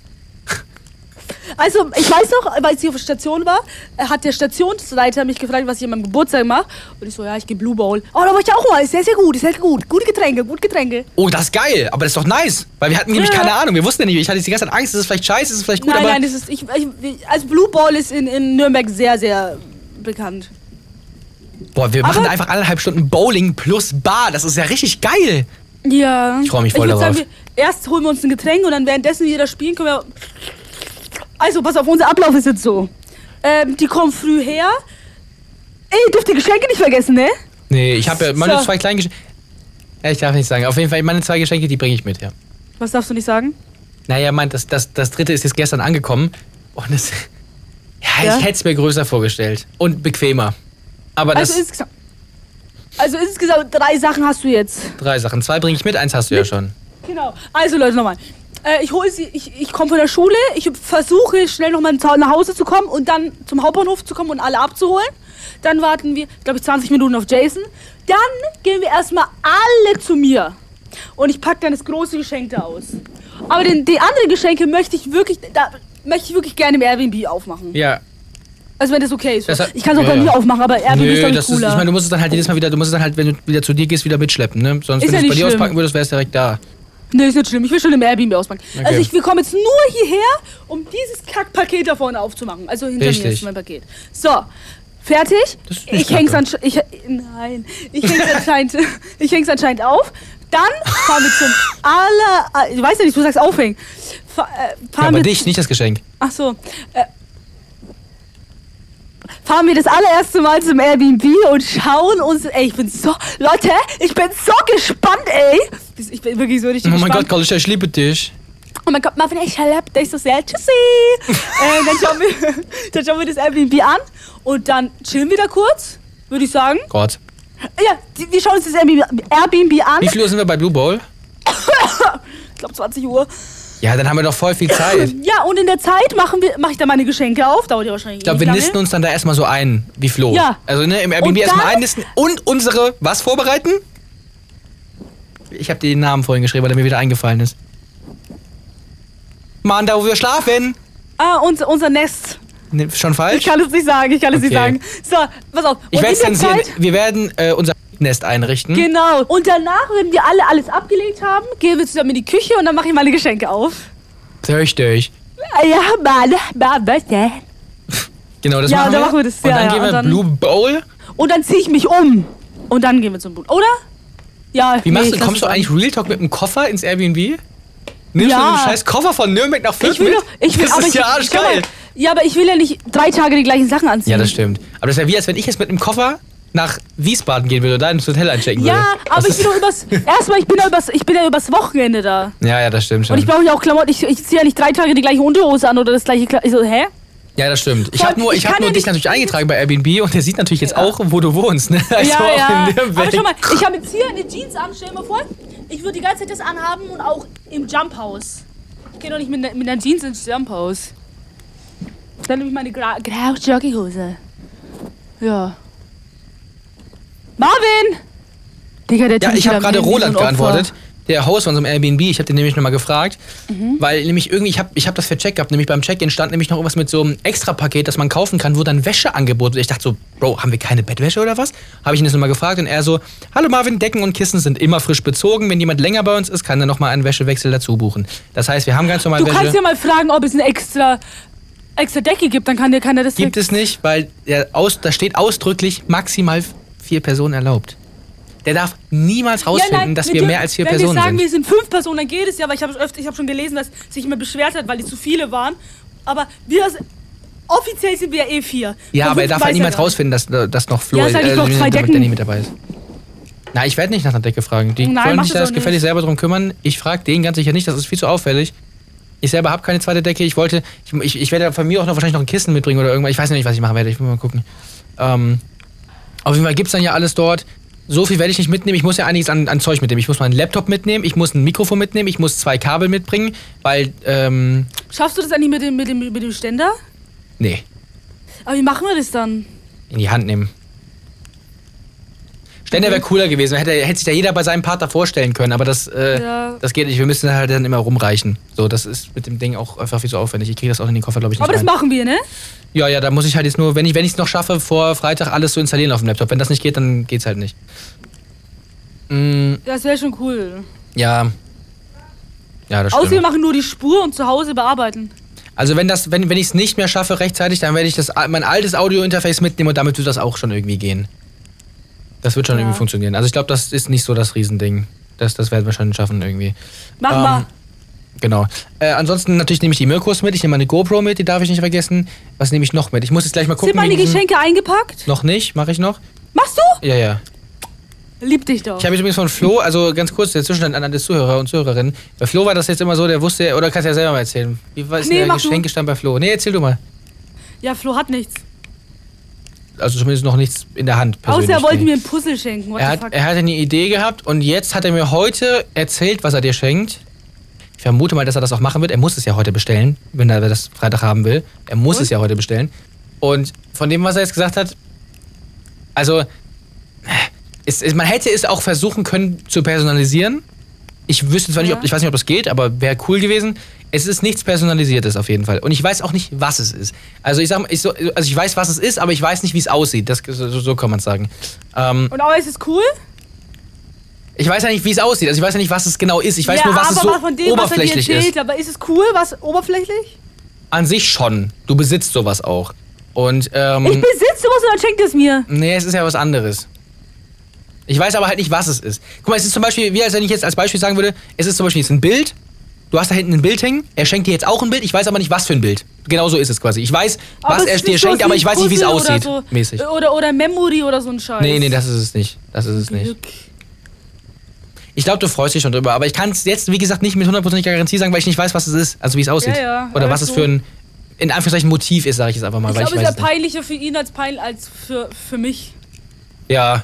B: Also, ich weiß noch, weil ich hier auf der Station war, äh, hat der Stationsleiter mich gefragt, was ich an meinem Geburtstag mache. Und ich so, ja, ich gehe Blue Bowl. Oh, da war ich ja auch mal. Ist sehr, sehr gut. Ist sehr gut. Gute Getränke, gute Getränke.
A: Oh, das ist geil, aber das ist doch nice. Weil wir hatten nämlich
B: Ja.
A: keine Ahnung, wir wussten ja nicht, ich hatte die ganze Zeit Angst, ist es vielleicht scheiße, ist es vielleicht gut,
B: nein,
A: aber.
B: nein, das ist. Ich, ich, also, Blue Bowl ist in, in Nürnberg sehr, sehr bekannt.
A: boah, wir machen
B: aber-
A: einfach anderthalb Stunden Bowling plus Bar, das ist ja richtig geil.
B: Ja.
A: Ich freu mich voll
B: ich würd
A: darauf.
B: Sagen, wir, erst holen wir uns ein Getränk und dann währenddessen jeder spielen können wir. Also, pass auf, unser Ablauf ist jetzt so. Ähm, die kommen früh her. Ey, dürft die Geschenke nicht vergessen, ne?
A: Nee, ich habe ja meine
B: So.
A: zwei kleinen Geschenke. Ja, ich darf nicht sagen. Auf jeden Fall, meine zwei Geschenke, die bringe ich mit, ja.
B: Was darfst du nicht sagen?
A: Naja, meint, das, das, das dritte ist jetzt gestern angekommen und es. Ja,
B: Ja?
A: ich hätte es mir größer vorgestellt. Und bequemer. Aber das
B: Also insgesamt, also insgesamt drei Sachen hast du jetzt.
A: drei Sachen. Zwei bringe ich mit, eins hast du ja schon.
B: Genau. Also Leute, nochmal. Äh, ich hole sie, ich, ich komme von der Schule, ich versuche schnell nochmal nach Hause zu kommen und dann zum Hauptbahnhof zu kommen und alle abzuholen. Dann warten wir, glaube ich, 20 Minuten auf Jason. Dann gehen wir erstmal alle zu mir. Und ich packe dann das große Geschenk da aus. Aber den, die anderen Geschenke möchte ich wirklich, da möchte ich wirklich gerne im Airbnb aufmachen.
A: Ja.
B: Also wenn das okay ist.
A: Das hat-
B: ich kann es auch
A: ja,
B: bei
A: ja.
B: mir aufmachen, aber Airbnb ist
A: Nö,
B: dann
A: das ist,
B: cooler.
A: ich meine, du musst es dann halt jedes Mal wieder, du musst es dann halt, wenn du wieder zu dir gehst, wieder mitschleppen, ne? Sonst, wenn du
B: Ist ja
A: es bei
B: nicht
A: dir
B: schlimm.
A: auspacken würdest, wäre es direkt da.
B: Nee, ist nicht schlimm. Ich will schon im Airbnb auspacken.
A: Okay.
B: Also ich, wir kommen jetzt nur hierher, um dieses Kackpaket da vorne aufzumachen. Also hinter mir
A: Richtig.
B: ist mein Paket. So, fertig.
A: Das ist nicht
B: ich häng's
A: kacke.
B: anscheinend. Ich, nein, ich häng's anscheinend. ich häng's anscheinend auf. Dann fahren wir zum aller. Ich weiß ja nicht, du sagst aufhängen. Fa äh,
A: Ja,
B: fahren
A: aber
B: wir
A: dich, nicht das Geschenk.
B: Ach so. Äh, fahren wir das allererste Mal zum Airbnb und schauen uns. Ey, ich bin so. Leute, ich bin so gespannt, ey. Ich bin wirklich so
A: Oh
B: richtig
A: mein
B: gespannt.
A: Gott, Karl, ich liebe dich.
B: Oh mein Gott, Marvin, ich hab dich so sehr. Tschüssi. äh, dann, schauen wir, dann schauen wir das Airbnb an und dann chillen wir da kurz, würde ich sagen.
A: Gott.
B: Ja, die, wir schauen uns das Airbnb, Airbnb an.
A: Wie viel Uhr sind wir bei Blue Bowl?
B: Ich glaube 20 Uhr.
A: Ja, dann haben wir doch voll viel Zeit.
B: Ja, und in der Zeit machen wir, mache ich dann meine Geschenke auf. Dauert ja wahrscheinlich eh
A: Ich glaube, wir
B: nicht lange.
A: nisten uns dann da erstmal so ein, wie Flo.
B: Ja.
A: Also ne, im Airbnb
B: Und
A: erstmal
B: dann-
A: einnisten und unsere was vorbereiten? Ich habe dir den Namen vorhin geschrieben, weil er mir wieder eingefallen ist. Mann, da wo wir schlafen.
B: Ah, unser, unser Nest.
A: Ne, schon
B: Ich
A: falsch?
B: kann es nicht sagen, ich kann es nicht sagen.
A: Okay.
B: So, pass auf.
A: Ich
B: und
A: werde
B: in der
A: zensieren.
B: Zeit,
A: Wir werden äh, unser Nest einrichten.
B: Genau. Und danach, wenn wir alle alles abgelegt haben, gehen wir zusammen in die Küche und dann mache ich meine Geschenke auf.
A: Richtig.
B: Ja, meine, meine,
A: Genau, das
B: Ja,
A: machen
B: dann
A: wir.
B: machen wir das,
A: Und
B: ja,
A: dann
B: ja,
A: gehen
B: und
A: wir
B: dann-
A: Blue Bowl.
B: Und dann ziehe ich mich um. Und dann gehen wir zum Boot. Oder? Ja.
A: Wie
B: nee,
A: machst
B: ich
A: du?
B: lass
A: Kommst du
B: es an.
A: eigentlich Real Talk mit dem Koffer ins Airbnb? Nimmst du
B: Ja.
A: den scheiß Koffer von Nürnberg nach Fürth
B: Ich will
A: mit?
B: doch. Ich will,
A: das
B: aber
A: ist
B: ich,
A: ja
B: schau mal,
A: arschgeil.
B: Ja, aber ich will ja nicht drei Tage die gleichen Sachen anziehen.
A: Ja, das stimmt. Aber das wäre wie, als wenn ich jetzt mit einem Koffer nach Wiesbaden gehen würde und da ins Hotel einchecken würde.
B: Ja,
A: Das
B: aber ich
A: ist-
B: bin doch übers. Erstmal, ich bin ja übers, ich bin ja übers Wochenende da.
A: Ja, ja, das stimmt schon.
B: Und ich brauche ja auch Klamotten. Ich, ich ziehe ja nicht drei Tage die gleiche Unterhose an oder das gleiche. Kla ich so, hä?
A: ja, das stimmt. Ich
B: Voll,
A: habe nur,
B: ich
A: ich hab
B: kann
A: nur
B: ja
A: dich
B: nicht-
A: natürlich eingetragen bei Airbnb und der sieht natürlich jetzt auch, wo du wohnst. Ne? Also
B: ja,
A: auch
B: ja.
A: in Nürnberg.
B: Aber schau mal, ich habe jetzt hier eine Jeans an. Stell dir mal vor, ich würde die ganze Zeit das anhaben und auch im Jump House. Ich gehe doch nicht mit, ne- mit einer Jeans ins Jump House. Dann nehme ich meine gra graue Jogginghose. Ja. Marvin! Digga, der
A: Ja,
B: Typ
A: ich habe
B: wieder
A: gerade
B: am Handy,
A: Roland
B: so ein Opfer.
A: geantwortet, der Host von unserem Airbnb. Ich habe den nämlich nochmal gefragt,
B: Mhm.
A: weil nämlich irgendwie, ich habe ich hab das vercheckt gehabt, nämlich beim Check-In stand nämlich noch irgendwas mit so einem Extra-Paket, das man kaufen kann, wo dann Wäsche angeboten wird. Ich dachte so, Bro, haben wir keine Bettwäsche oder was? Habe ich ihn das nochmal gefragt und er so, hallo Marvin, Decken und Kissen sind immer frisch bezogen. Wenn jemand länger bei uns ist, kann er nochmal einen Wäschewechsel dazu buchen. Das heißt, wir haben ganz normal
B: Du
A: Wäsche.
B: kannst ja mal fragen, ob es eine extra, extra Decke gibt, dann kann dir keiner das
A: Gibt es nicht, weil der aus, da steht ausdrücklich maximal vier Personen erlaubt. Der darf niemals rausfinden,
B: nein,
A: dass
B: wir
A: wir
B: dürfen-
A: mehr als vier
B: wenn
A: Personen
B: wir sagen,
A: sind.
B: wir sind fünf Personen, dann geht es ja, aber ich habe öfter, ich habe schon gelesen, dass sich jemand beschwert hat, weil die zu viele waren. Aber wir offiziell sind wir ja eh vier.
A: Ja,
B: Von
A: aber er
B: fünf
A: darf
B: weiß
A: halt niemals
B: gar nicht.
A: rausfinden, dass, dass noch Flo äh,
B: Ja, sag ich doch, zwei
A: damit
B: Decken.
A: der nicht mit dabei ist. Na, ich werde nicht nach einer Decke fragen. Die
B: Nein,
A: sollen
B: mach
A: sich
B: das
A: da
B: auch
A: gefällig selber drum kümmern. Ich frage den ganz sicher nicht, das ist viel zu auffällig. Ich selber habe keine zweite Decke. Ich wollte, ich, ich, ich werde von mir auch noch wahrscheinlich noch ein Kissen mitbringen oder irgendwas. Ich weiß noch nicht, was ich machen werde. Ich muss mal gucken. Ähm, auf jeden Fall gibt's dann ja alles dort. So viel werde ich nicht mitnehmen. Ich muss ja einiges an, an Zeug mitnehmen. Ich muss meinen Laptop mitnehmen, ich muss ein Mikrofon mitnehmen, ich muss zwei Kabel mitbringen, weil, ähm,
B: Schaffst du das eigentlich mit dem, mit, dem, mit dem Ständer?
A: nee,
B: Aber wie machen wir das dann?
A: in die Hand nehmen. Ständer
B: Mhm.
A: wäre cooler gewesen. Hätte, hätte sich da jeder bei seinem Partner vorstellen können, aber das, äh,
B: Ja.
A: das geht nicht. Wir müssen halt dann immer rumreichen. So, das ist mit dem Ding auch einfach viel zu aufwendig. Ich kriege das auch in den Koffer, glaube ich, nicht
B: Aber das
A: rein.
B: machen wir, ne?
A: Ja, ja, da muss ich halt jetzt nur, wenn ich es noch schaffe, vor Freitag alles zu installieren auf dem Laptop. Wenn das nicht geht, dann geht's halt nicht. Mm,
B: Das wäre schon cool.
A: ja. Ja, das
B: Außer wir
A: stimmt.
B: machen nur die Spur und zu Hause bearbeiten.
A: Also wenn das, wenn, wenn ich es nicht mehr schaffe rechtzeitig, dann werde ich das a- mein altes Audio-Interface mitnehmen und damit wird das auch schon irgendwie gehen. Das wird schon
B: Ja.
A: irgendwie funktionieren. Also ich glaube, das ist nicht so das Riesending. Das, das werden wir schon schaffen irgendwie.
B: Mach
A: Ähm,
B: mal.
A: Genau. Äh, ansonsten natürlich nehme ich die Mirkos mit, ich nehme meine GoPro mit, die darf ich nicht vergessen. Was nehme ich noch mit? Ich muss jetzt gleich mal gucken.
B: Sind meine
A: wegen diesen-
B: Geschenke eingepackt?
A: Noch nicht, mache ich noch.
B: Machst du?
A: Ja, ja.
B: Lieb dich doch.
A: Ich habe jetzt übrigens von Flo, also ganz kurz, der Zwischenstand an alle Zuhörer und Zuhörerinnen. Bei Flo war das jetzt immer so, der wusste, oder kannst du ja selber mal erzählen. Wie war ist
B: Nee,
A: denn der
B: mach du.
A: Geschenkestand bei Flo? Nee, erzähl du mal.
B: Ja, Flo hat nichts.
A: Also zumindest noch nichts in der Hand.
B: Außer er
A: persönlich.
B: wollte mir ein Puzzle schenken. What
A: Er,
B: the
A: hat,
B: fuck?
A: er hatte eine Idee gehabt und jetzt hat er mir heute erzählt, was er dir schenkt. Ich vermute mal, dass er das auch machen wird. Er muss es ja heute bestellen, wenn er das Freitag haben will. Er muss
B: Und?
A: es ja heute bestellen. Und von dem, was er jetzt gesagt hat, also es, es, man hätte es auch versuchen können zu personalisieren. Ich wüsste zwar nicht, ob,
B: Ja.
A: ich weiß nicht, ob das geht, aber wäre cool gewesen. Es ist nichts Personalisiertes auf jeden Fall. Und ich weiß auch nicht, was es ist. Also ich sag mal, ich so, also ich weiß, was es ist, aber ich weiß nicht, wie es aussieht. Das, so, so kann man es sagen. Ähm,
B: Und aber ist es cool?
A: ich weiß ja nicht, wie es aussieht. Also ich weiß ja nicht, was es genau ist. Ich weiß
B: ja,
A: nur, was
B: aber
A: es so
B: von dem, was er dir
A: oberflächlich
B: erzählt,
A: ist. Hm.
B: aber ist es cool, was oberflächlich?
A: An sich schon. Du besitzt sowas auch. Und
B: Ich
A: ähm,
B: besitze sowas und dann schenkt es mir.
A: nee, es ist ja was anderes. Ich weiß aber halt nicht, was es ist. Guck mal, es ist zum Beispiel, wie als wenn ich jetzt als Beispiel sagen würde, es ist zum Beispiel jetzt ein Bild. Du hast da hinten ein Bild hängen. Er schenkt dir jetzt auch ein Bild. Ich weiß aber nicht, was für ein Bild. Genau so ist es quasi. Ich weiß,
B: Aber
A: was
B: es
A: er
B: ist
A: dir
B: sowas
A: schenkt,
B: wie
A: aber ich weiß nicht, wie es
B: Puzzle
A: aussieht.
B: Oder, so. Äh,
A: Mäßig.
B: oder, oder Memory oder so ein Scheiß.
A: Nee, nee, das ist es nicht. Das ist es nicht.
B: Glück.
A: Ich glaube, du freust dich schon drüber, aber ich kann es jetzt, wie gesagt, nicht mit hundertprozentiger Garantie sagen, weil ich nicht weiß, was es ist, also wie es aussieht.
B: Ja, ja,
A: Oder
B: alles
A: was es
B: so.
A: für ein, in Anführungszeichen, Motiv ist, sage ich jetzt einfach mal.
B: Ich
A: weil
B: glaube, es
A: ich
B: wäre
A: weiß nicht.
B: peinlicher für ihn als pein als für, für mich.
A: Ja,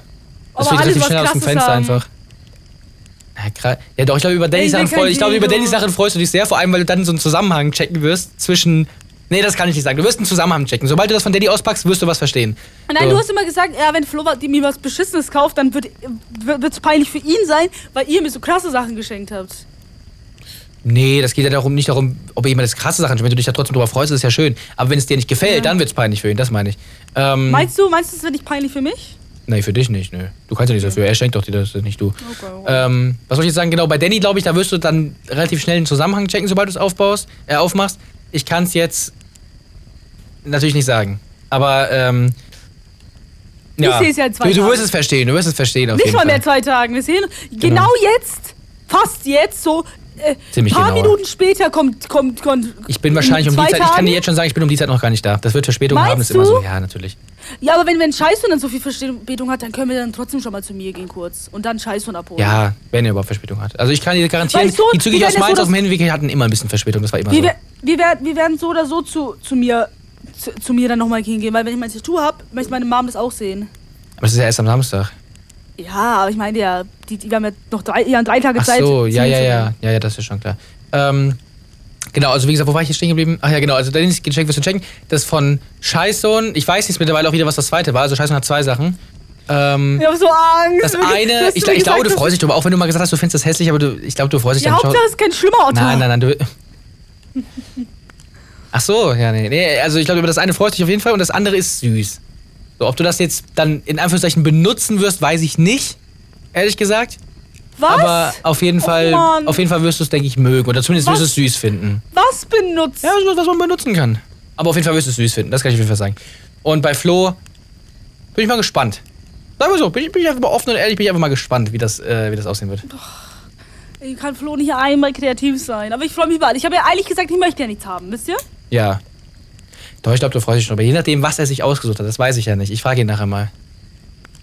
A: das
B: Aber
A: fliegt
B: alles,
A: relativ
B: was
A: schnell aus dem
B: Krasses
A: Fenster
B: haben.
A: einfach. Na, krass. Ja doch, ich glaube, über Dennis
B: Ich bin
A: Sachen
B: kein
A: freu, ich glaube, über
B: Genie.
A: Dennis Sachen freust du dich sehr, vor allem, weil du dann so einen Zusammenhang checken wirst zwischen. Nee, das kann ich nicht sagen. Du wirst einen Zusammenhang checken. Sobald du das von Daddy auspackst, wirst du was verstehen.
B: Nein,
A: so.
B: du hast immer gesagt, ja, wenn Flo was- mir was Beschissenes kauft, dann wird es peinlich für ihn sein, weil ihr mir so krasse Sachen geschenkt habt.
A: Nee, das geht ja darum, nicht darum, ob jemand das krasse Sachen Wenn du dich da trotzdem drüber freust, ist es ja schön. Aber wenn es dir nicht gefällt,
B: Ja.
A: dann wird es peinlich für ihn, das meine ich. Ähm,
B: Meinst du, meinst du, es wäre nicht peinlich für mich?
A: Nee, für dich nicht, nö. Du kannst ja nichts dafür. Er schenkt doch dir das, nicht du.
B: Okay, okay.
A: Ähm, was soll ich jetzt sagen? Genau, bei Danny, glaube ich, da wirst du dann relativ schnell einen Zusammenhang checken, sobald du es aufbaust, äh, aufmachst. Ich kann es jetzt natürlich nicht sagen. Aber, ähm.
B: Ich seh's ja in zwei
A: du, du
B: Tagen.
A: wirst es verstehen, du wirst es verstehen. Auf
B: Nicht
A: jeden
B: mal
A: Fall.
B: mehr zwei Tagen. Wir sehen genau, jetzt, fast jetzt, so äh, ein
A: Ziemlich
B: paar
A: genau.
B: Minuten später kommt, kommt, kommt
A: Ich bin wahrscheinlich um die
B: zwei
A: Zeit, ich kann
B: Tagen?
A: dir jetzt schon sagen, ich bin um die Zeit noch gar nicht da. Das wird Verspätung
B: Meinst
A: haben, ist immer
B: du?
A: so. Ja, natürlich.
B: Ja, aber wenn, wenn Scheißhund dann so viel Verspätung hat, dann können wir dann trotzdem schon mal zu mir gehen kurz und dann Scheißhund abholen.
A: Ja, wenn er überhaupt Verspätung hat. Also ich kann dir garantieren,
B: Weil so-
A: die Züge
B: Oh. wie
A: hier aus
B: wenn es so
A: Mainz
B: das-
A: auf dem Hinweg hatten immer ein bisschen Verspätung, das war immer
B: Wir,
A: so.
B: wer- wir, wer- wir werden so oder so zu, zu mir zu, zu mir dann nochmal hingehen, weil wenn ich mein Tattoo hab, möchte meine Mom das auch sehen.
A: Aber es ist ja erst am Samstag.
B: Ja, aber ich meine ja, die, die haben ja noch drei, die haben drei Tage
A: Ach
B: Zeit.
A: so,
B: zu
A: ja,
B: mir
A: ja,
B: zu
A: ja,
B: gehen.
A: ja, ja, das ist schon klar. Ähm, genau, also wie gesagt, wo war ich jetzt stehen geblieben? Ach ja, genau, also Dennis Geschenk wirst du checken. Das von Scheißsohn, ich weiß jetzt mittlerweile auch wieder, was das zweite war. Also Scheißsohn hat zwei Sachen. Ähm,
B: Ich hab so Angst.
A: das
B: wirklich,
A: eine,
B: dass
A: ich,
B: mir
A: ich glaube,
B: gesagt
A: du
B: hast,
A: freust dich drüber, auch wenn du mal gesagt hast, du findest das hässlich, aber du, ich glaube, du freust dich
B: Ja,
A: dann schon.
B: Hauptsache es ist kein schlimmer Auto.
A: Nein, nein, nein, du. Ach so, ja, nee, nee. Also ich glaube, über das eine freust du dich auf jeden Fall und das andere ist süß. So, ob du das jetzt dann in Anführungszeichen benutzen wirst, weiß ich nicht. Ehrlich gesagt.
B: Was?
A: Aber auf jeden
B: Oh
A: Fall,
B: Mann.
A: auf jeden Fall wirst du es, denke ich, mögen. Oder zumindest wirst du es
B: Was?
A: süß finden.
B: Was benutzt?
A: Ja, was was man benutzen kann. Aber auf jeden Fall wirst du es süß finden, das kann ich auf jeden Fall sagen. Und bei Flo bin ich mal gespannt. Sagen wir so, bin ich, bin ich einfach mal offen und ehrlich, bin ich einfach mal gespannt, wie das, äh, wie das aussehen wird.
B: Ich kann Flo nicht einmal kreativ sein, aber ich freue mich über alles. Ich habe ja eigentlich gesagt, ich möchte ja nichts haben, wisst ihr?
A: Ja. Doch, ich glaube, du freust dich schon. Aber je nachdem, was er sich ausgesucht hat, das weiß ich ja nicht. Ich frage ihn nachher mal.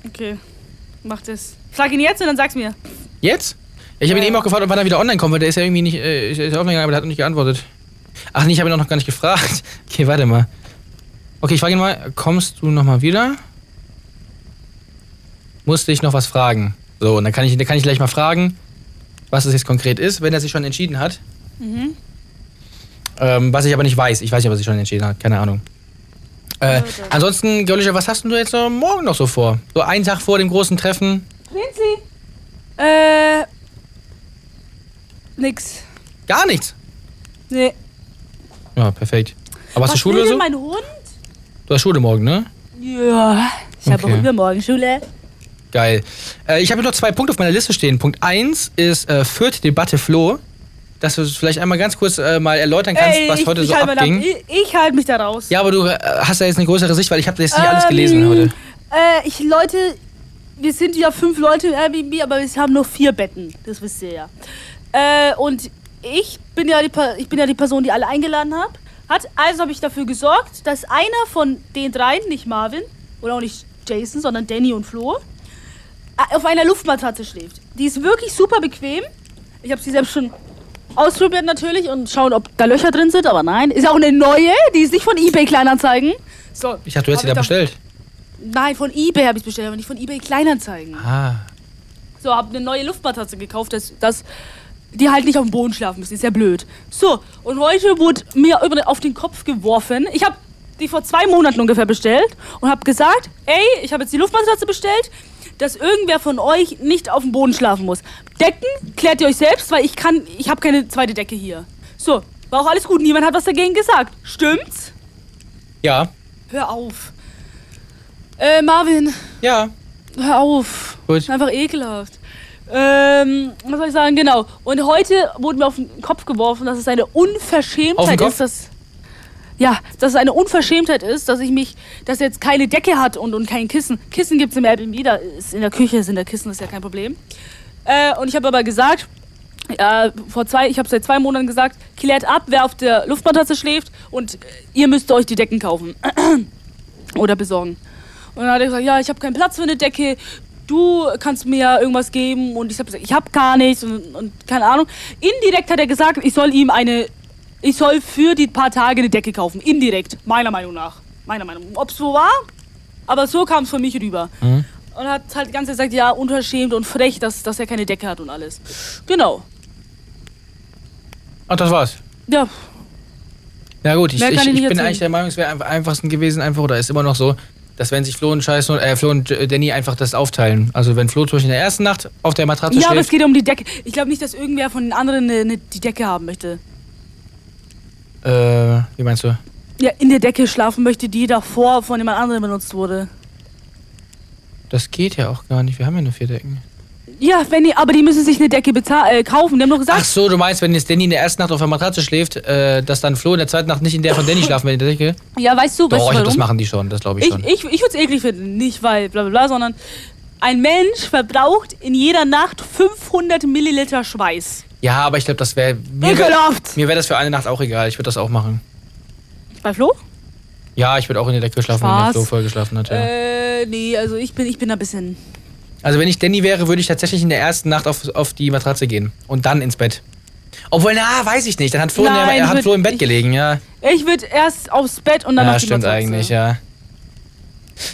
B: Okay, mach das. Frag ihn jetzt und dann sag's mir.
A: Jetzt? Ja, ich habe ihn
B: Ja. Ähm.
A: eben auch gefragt, ob wann er wieder online kommt, weil der ist ja irgendwie nicht, äh, ist ist online gegangen, aber der hat noch nicht geantwortet. Ach nee, ich habe ihn auch noch gar nicht gefragt. Okay, warte mal. Okay, ich frage ihn mal, kommst du nochmal wieder? Musste ich noch was fragen? So, und dann kann ich, dann kann ich gleich mal fragen, was es jetzt konkret ist, wenn er sich schon entschieden hat.
B: Mhm.
A: Ähm, was ich aber nicht weiß. Ich weiß nicht, ob er sich schon entschieden hat. Keine Ahnung. Äh, ansonsten, Gölischer, was hast denn du jetzt äh, morgen noch so vor? So einen Tag vor dem großen Treffen?
B: Lindsay! Äh. Nix.
A: Gar nichts.
B: Nee.
A: Ja, perfekt. Aber hast du Schule
B: will
A: oder
B: denn
A: so?
B: mein Hund?
A: Du hast Schule morgen, ne?
B: Ja. Ich habe
A: Okay.
B: auch übermorgen Schule.
A: Geil. Äh, ich habe hier noch zwei Punkte auf meiner Liste stehen. Punkt 1 ist äh, Fürth Debatte Flo. Dass du es vielleicht einmal ganz kurz äh, mal erläutern kannst,
B: Ey,
A: was
B: ich,
A: heute
B: ich
A: so
B: halte
A: abging.
B: ich, ich halte mich da raus.
A: Ja, aber du äh, hast ja jetzt eine größere Sicht, weil ich habe jetzt nicht alles
B: Ähm,
A: gelesen heute.
B: Äh, ich, Leute, wir sind ja fünf Leute im Airbnb, aber wir haben nur vier Betten. Das wisst ihr ja. Äh, und ich bin ja, die, Per- ich bin ja die Person, die alle eingeladen hat. hat also habe ich dafür gesorgt, dass einer von den dreien, nicht Marvin oder auch nicht Jason, sondern Danny und Flo, äh, auf einer Luftmatratze schläft. Die ist wirklich super bequem. Ich habe sie selbst schon ausprobiert natürlich und schauen, ob da Löcher drin sind, aber nein. Ist auch eine neue, die ist nicht von eBay Kleinanzeigen. So,
A: Ich dachte, du hättest
B: hab
A: sie da
B: doch-
A: bestellt.
B: Nein, von eBay habe ich bestellt, aber nicht von eBay Kleinanzeigen.
A: Ah.
B: So, habe eine neue Luftmatratze gekauft, dass, dass die halt nicht auf dem Boden schlafen müssen. Ist ja blöd. So, und heute wurde mir über, auf den Kopf geworfen. Ich habe die vor zwei Monaten ungefähr bestellt und habe gesagt, ey, ich habe jetzt die Luftmatratze bestellt, dass irgendwer von euch nicht auf dem Boden schlafen muss. Decken klärt ihr euch selbst, weil ich kann, ich habe keine zweite Decke hier. So, war auch alles gut. Niemand hat was dagegen gesagt. Stimmt's?
A: Ja.
B: Hör auf. Äh, Marvin,
A: Ja.
B: Hör auf.
A: Gut.
B: Ist einfach ekelhaft. Ähm, was soll ich sagen? Genau. Und heute wurde mir auf den Kopf geworfen, dass es eine
A: Auf den
B: Unverschämtheit
A: Kopf?
B: ist, dass. Ja, dass es eine Unverschämtheit ist, dass ich mich, dass er jetzt keine Decke hat und, und kein Kissen. Kissen gibt es im Airbnb, da ist in der Küche sind da Kissen, ist ja kein Problem. Äh, und ich habe aber gesagt, ja, vor zwei, ich habe seit zwei Monaten gesagt, klärt ab, wer auf der Luftmatratze schläft und äh, ihr müsst euch die Decken kaufen oder besorgen. Und dann hat er gesagt, ja, ich habe keinen Platz für eine Decke. Du kannst mir irgendwas geben und ich habe gesagt, ich habe gar nichts und, und keine Ahnung. Indirekt hat er gesagt, ich soll ihm eine, ich soll für die paar Tage eine Decke kaufen. Indirekt, meiner Meinung nach, meiner Meinung. Ob es so war, aber so kam es von mich rüber. Und hat halt die ganze Zeit gesagt, ja, unverschämt und frech, dass, dass er keine Decke hat und alles. Genau.
A: Ach, das war's.
B: Ja,
A: Na gut, ich,
B: Mehr
A: ich,
B: kann
A: ich bin
B: ich nicht
A: eigentlich
B: erzählen.
A: der Meinung, es wäre am einfachsten gewesen, einfach oder ist immer noch so, dass wenn sich Flo und Scheiß und, äh, Flo und äh, Danny einfach das aufteilen. Also wenn Flo zum Beispiel in der ersten Nacht auf der Matratze
B: ja aber es
A: schläft,
B: geht ja um die Decke. Ich glaube nicht, dass irgendwer von den anderen eine, eine, die Decke haben möchte.
A: äh, wie meinst du?
B: Ja, in der Decke schlafen möchte, die davor von jemand anderem benutzt wurde.
A: Das geht ja auch gar nicht. Wir haben ja nur vier Decken.
B: Ja, wenn die, aber die müssen sich eine Decke bezahl- äh, kaufen. Die haben doch gesagt,
A: Ach so, du meinst, wenn jetzt Danny in der ersten Nacht auf der Matratze schläft, äh, dass dann Flo in der zweiten Nacht nicht in der von Danny schlafen wird in der Decke?
B: ja, weißt du, weißt
A: Doch,
B: du
A: ich glaub, das
B: warum?
A: machen die schon, das glaube ich,
B: ich
A: schon.
B: ich, ich würde es eklig finden. Nicht weil bla bla bla, sondern ein Mensch verbraucht in jeder Nacht 500 Milliliter Schweiß.
A: ja, aber ich glaube, das wäre mir wäre
B: Ekelhaft!
A: mir wär das für eine Nacht auch egal. Ich würde das auch machen.
B: Bei Flo?
A: Ja, ich würde auch in der Decke schlafen, wenn der
B: Spaß.
A: Flo voll geschlafen hat. Ja.
B: Äh, nee, also ich bin, ich bin da ein bisschen.
A: Also wenn ich Danny wäre, würde ich tatsächlich in der ersten Nacht auf, auf die Matratze gehen und dann ins Bett. Obwohl, na, weiß ich nicht. Dann hat Flo, in
B: Nein,
A: der, hat
B: würd
A: Flo im Bett
B: ich-
A: gelegen, ja.
B: Ich würde erst aufs Bett und dann
A: Ja,
B: auf die
A: stimmt
B: Matratze.
A: eigentlich, ja.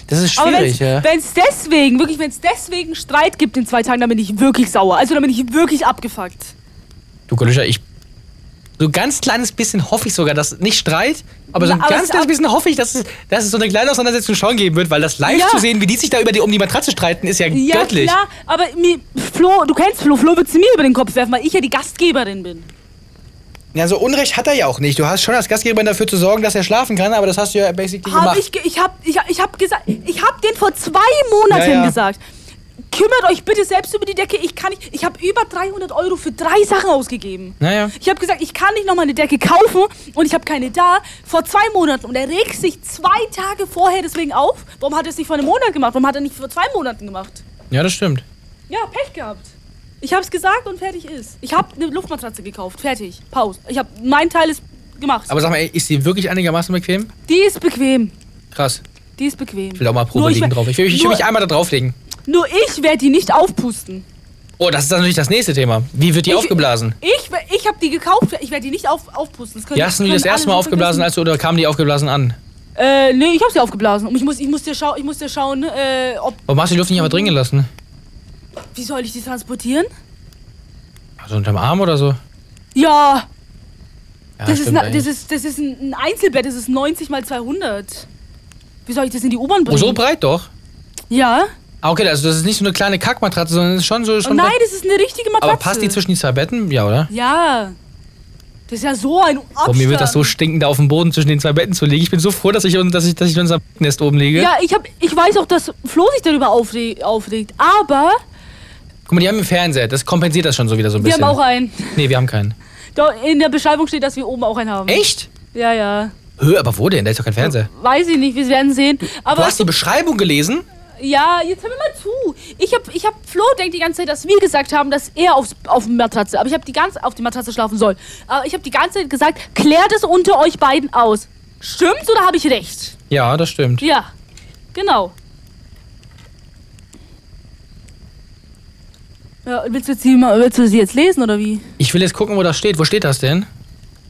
A: Das ist
B: Aber
A: schwierig, ja.
B: wenn es deswegen, wirklich, wenn es deswegen Streit gibt in zwei Tagen, dann bin ich wirklich sauer. Also dann bin ich wirklich abgefuckt.
A: Du Golüscher, ich. So ein ganz kleines bisschen hoffe ich sogar, dass nicht Streit, aber so ein
B: Na, aber
A: ganz
B: es-
A: kleines bisschen hoffe ich, dass es, dass es so eine kleine Auseinandersetzung schon geben wird, weil das live
B: Ja.
A: zu sehen, wie die sich da über die, um die Matratze streiten, ist ja,
B: Ja,
A: göttlich.
B: klar, aber mir, Flo, du kennst Flo, Flo wird sie mir über den Kopf werfen, weil ich ja die Gastgeberin bin.
A: Ja, so Unrecht hat er ja auch nicht. Du hast schon als Gastgeberin dafür zu sorgen, dass er schlafen kann, aber das hast du ja basically
B: Hab
A: gemacht.
B: ich, ge- ich hab, ich, hab- ich hab gesagt, ich hab den vor zwei Monaten
A: Ja, ja.
B: gesagt. Kümmert euch bitte selbst über die Decke, ich kann nicht, ich habe über 300 Euro für drei Sachen ausgegeben.
A: Naja.
B: Ich habe gesagt, ich kann nicht nochmal eine Decke kaufen und ich habe keine da vor zwei Monaten. Und er regt sich zwei Tage vorher deswegen auf. Warum hat er es nicht vor einem Monat gemacht? Warum hat er nicht vor zwei Monaten gemacht?
A: Ja, das stimmt.
B: Ja, Pech gehabt. Ich hab's gesagt und fertig ist. Ich hab eine Luftmatratze gekauft. Fertig. Pause. Ich hab mein Teil ist gemacht.
A: Aber sag mal, ey, ist die wirklich einigermaßen bequem?
B: die ist bequem.
A: Krass.
B: Die ist bequem.
A: Ich will auch mal Probe
B: Nur ich
A: liegen
B: wär-
A: drauf. Ich will, mich- ich will
B: nur-
A: mich einmal da drauflegen.
B: Nur ich werde die nicht aufpusten.
A: Oh, das ist natürlich das nächste Thema. Wie wird die
B: Ich-
A: aufgeblasen?
B: Ich, ich habe die gekauft, ich werde die nicht auf, aufpusten. Das können,
A: Ja, hast du die
B: können
A: das erste
B: alle
A: Mal
B: so
A: aufgeblasen, als du, oder kamen die aufgeblasen an?
B: vergessen. Äh, nee, ich habe sie aufgeblasen. Und ich muss, ich muss dir, schau, ich muss dir schauen, äh, ob.
A: Warum hast du die Luft nicht einfach drin gelassen?
B: Wie soll ich die transportieren?
A: Also unterm Arm oder so?
B: Ja,
A: Ja,
B: das, ist
A: stimmt
B: na, das,
A: eigentlich.
B: ist, das ist ein ein Einzelbett, das ist 90 mal 200. Wie soll ich das in die U-Bahn
A: oh,
B: bringen?
A: so breit doch.
B: Ja.
A: Ah, okay, also das ist nicht so eine kleine Kackmatratze, sondern es ist schon so.
B: Oh
A: Schon
B: nein,
A: breit.
B: das ist eine richtige Matratze.
A: Aber passt die zwischen die zwei Betten? Ja, oder?
B: Ja. Das ist ja so ein Abstand.
A: Boah, mir wird das so stinkend da auf dem Boden zwischen den zwei Betten zu liegen. Ich bin so froh, dass ich, dass ich, dass ich unser Nest oben lege.
B: Ja, ich, hab, ich weiß auch, dass Flo sich darüber aufreg aufregt, aber
A: Guck mal, die haben einen Fernseher. Das kompensiert das schon so wieder so ein
B: wir
A: bisschen.
B: haben auch einen.
A: nee, wir haben keinen.
B: Da in der Beschreibung steht, dass wir oben auch einen haben.
A: Echt?
B: Ja, ja.
A: Hö, aber wo denn? Da ist doch kein Fernseher.
B: Weiß ich nicht, wir werden sehen.
A: Du
B: Aber
A: hast die Beschreibung gelesen?
B: ja, jetzt hör mir mal zu. Ich hab, ich hab Flo denkt die ganze Zeit, dass wir gesagt haben, dass er aufs, auf die Matratze, aber ich hab die ganze auf die Matratze schlafen soll. Aber ich hab die ganze Zeit gesagt, klärt es unter euch beiden aus. Stimmt's oder habe ich recht?
A: Ja, das stimmt.
B: Ja, genau. Ja, willst, du jetzt die, mal- willst du sie jetzt lesen oder wie?
A: Ich will jetzt gucken, wo das steht. Wo steht das denn?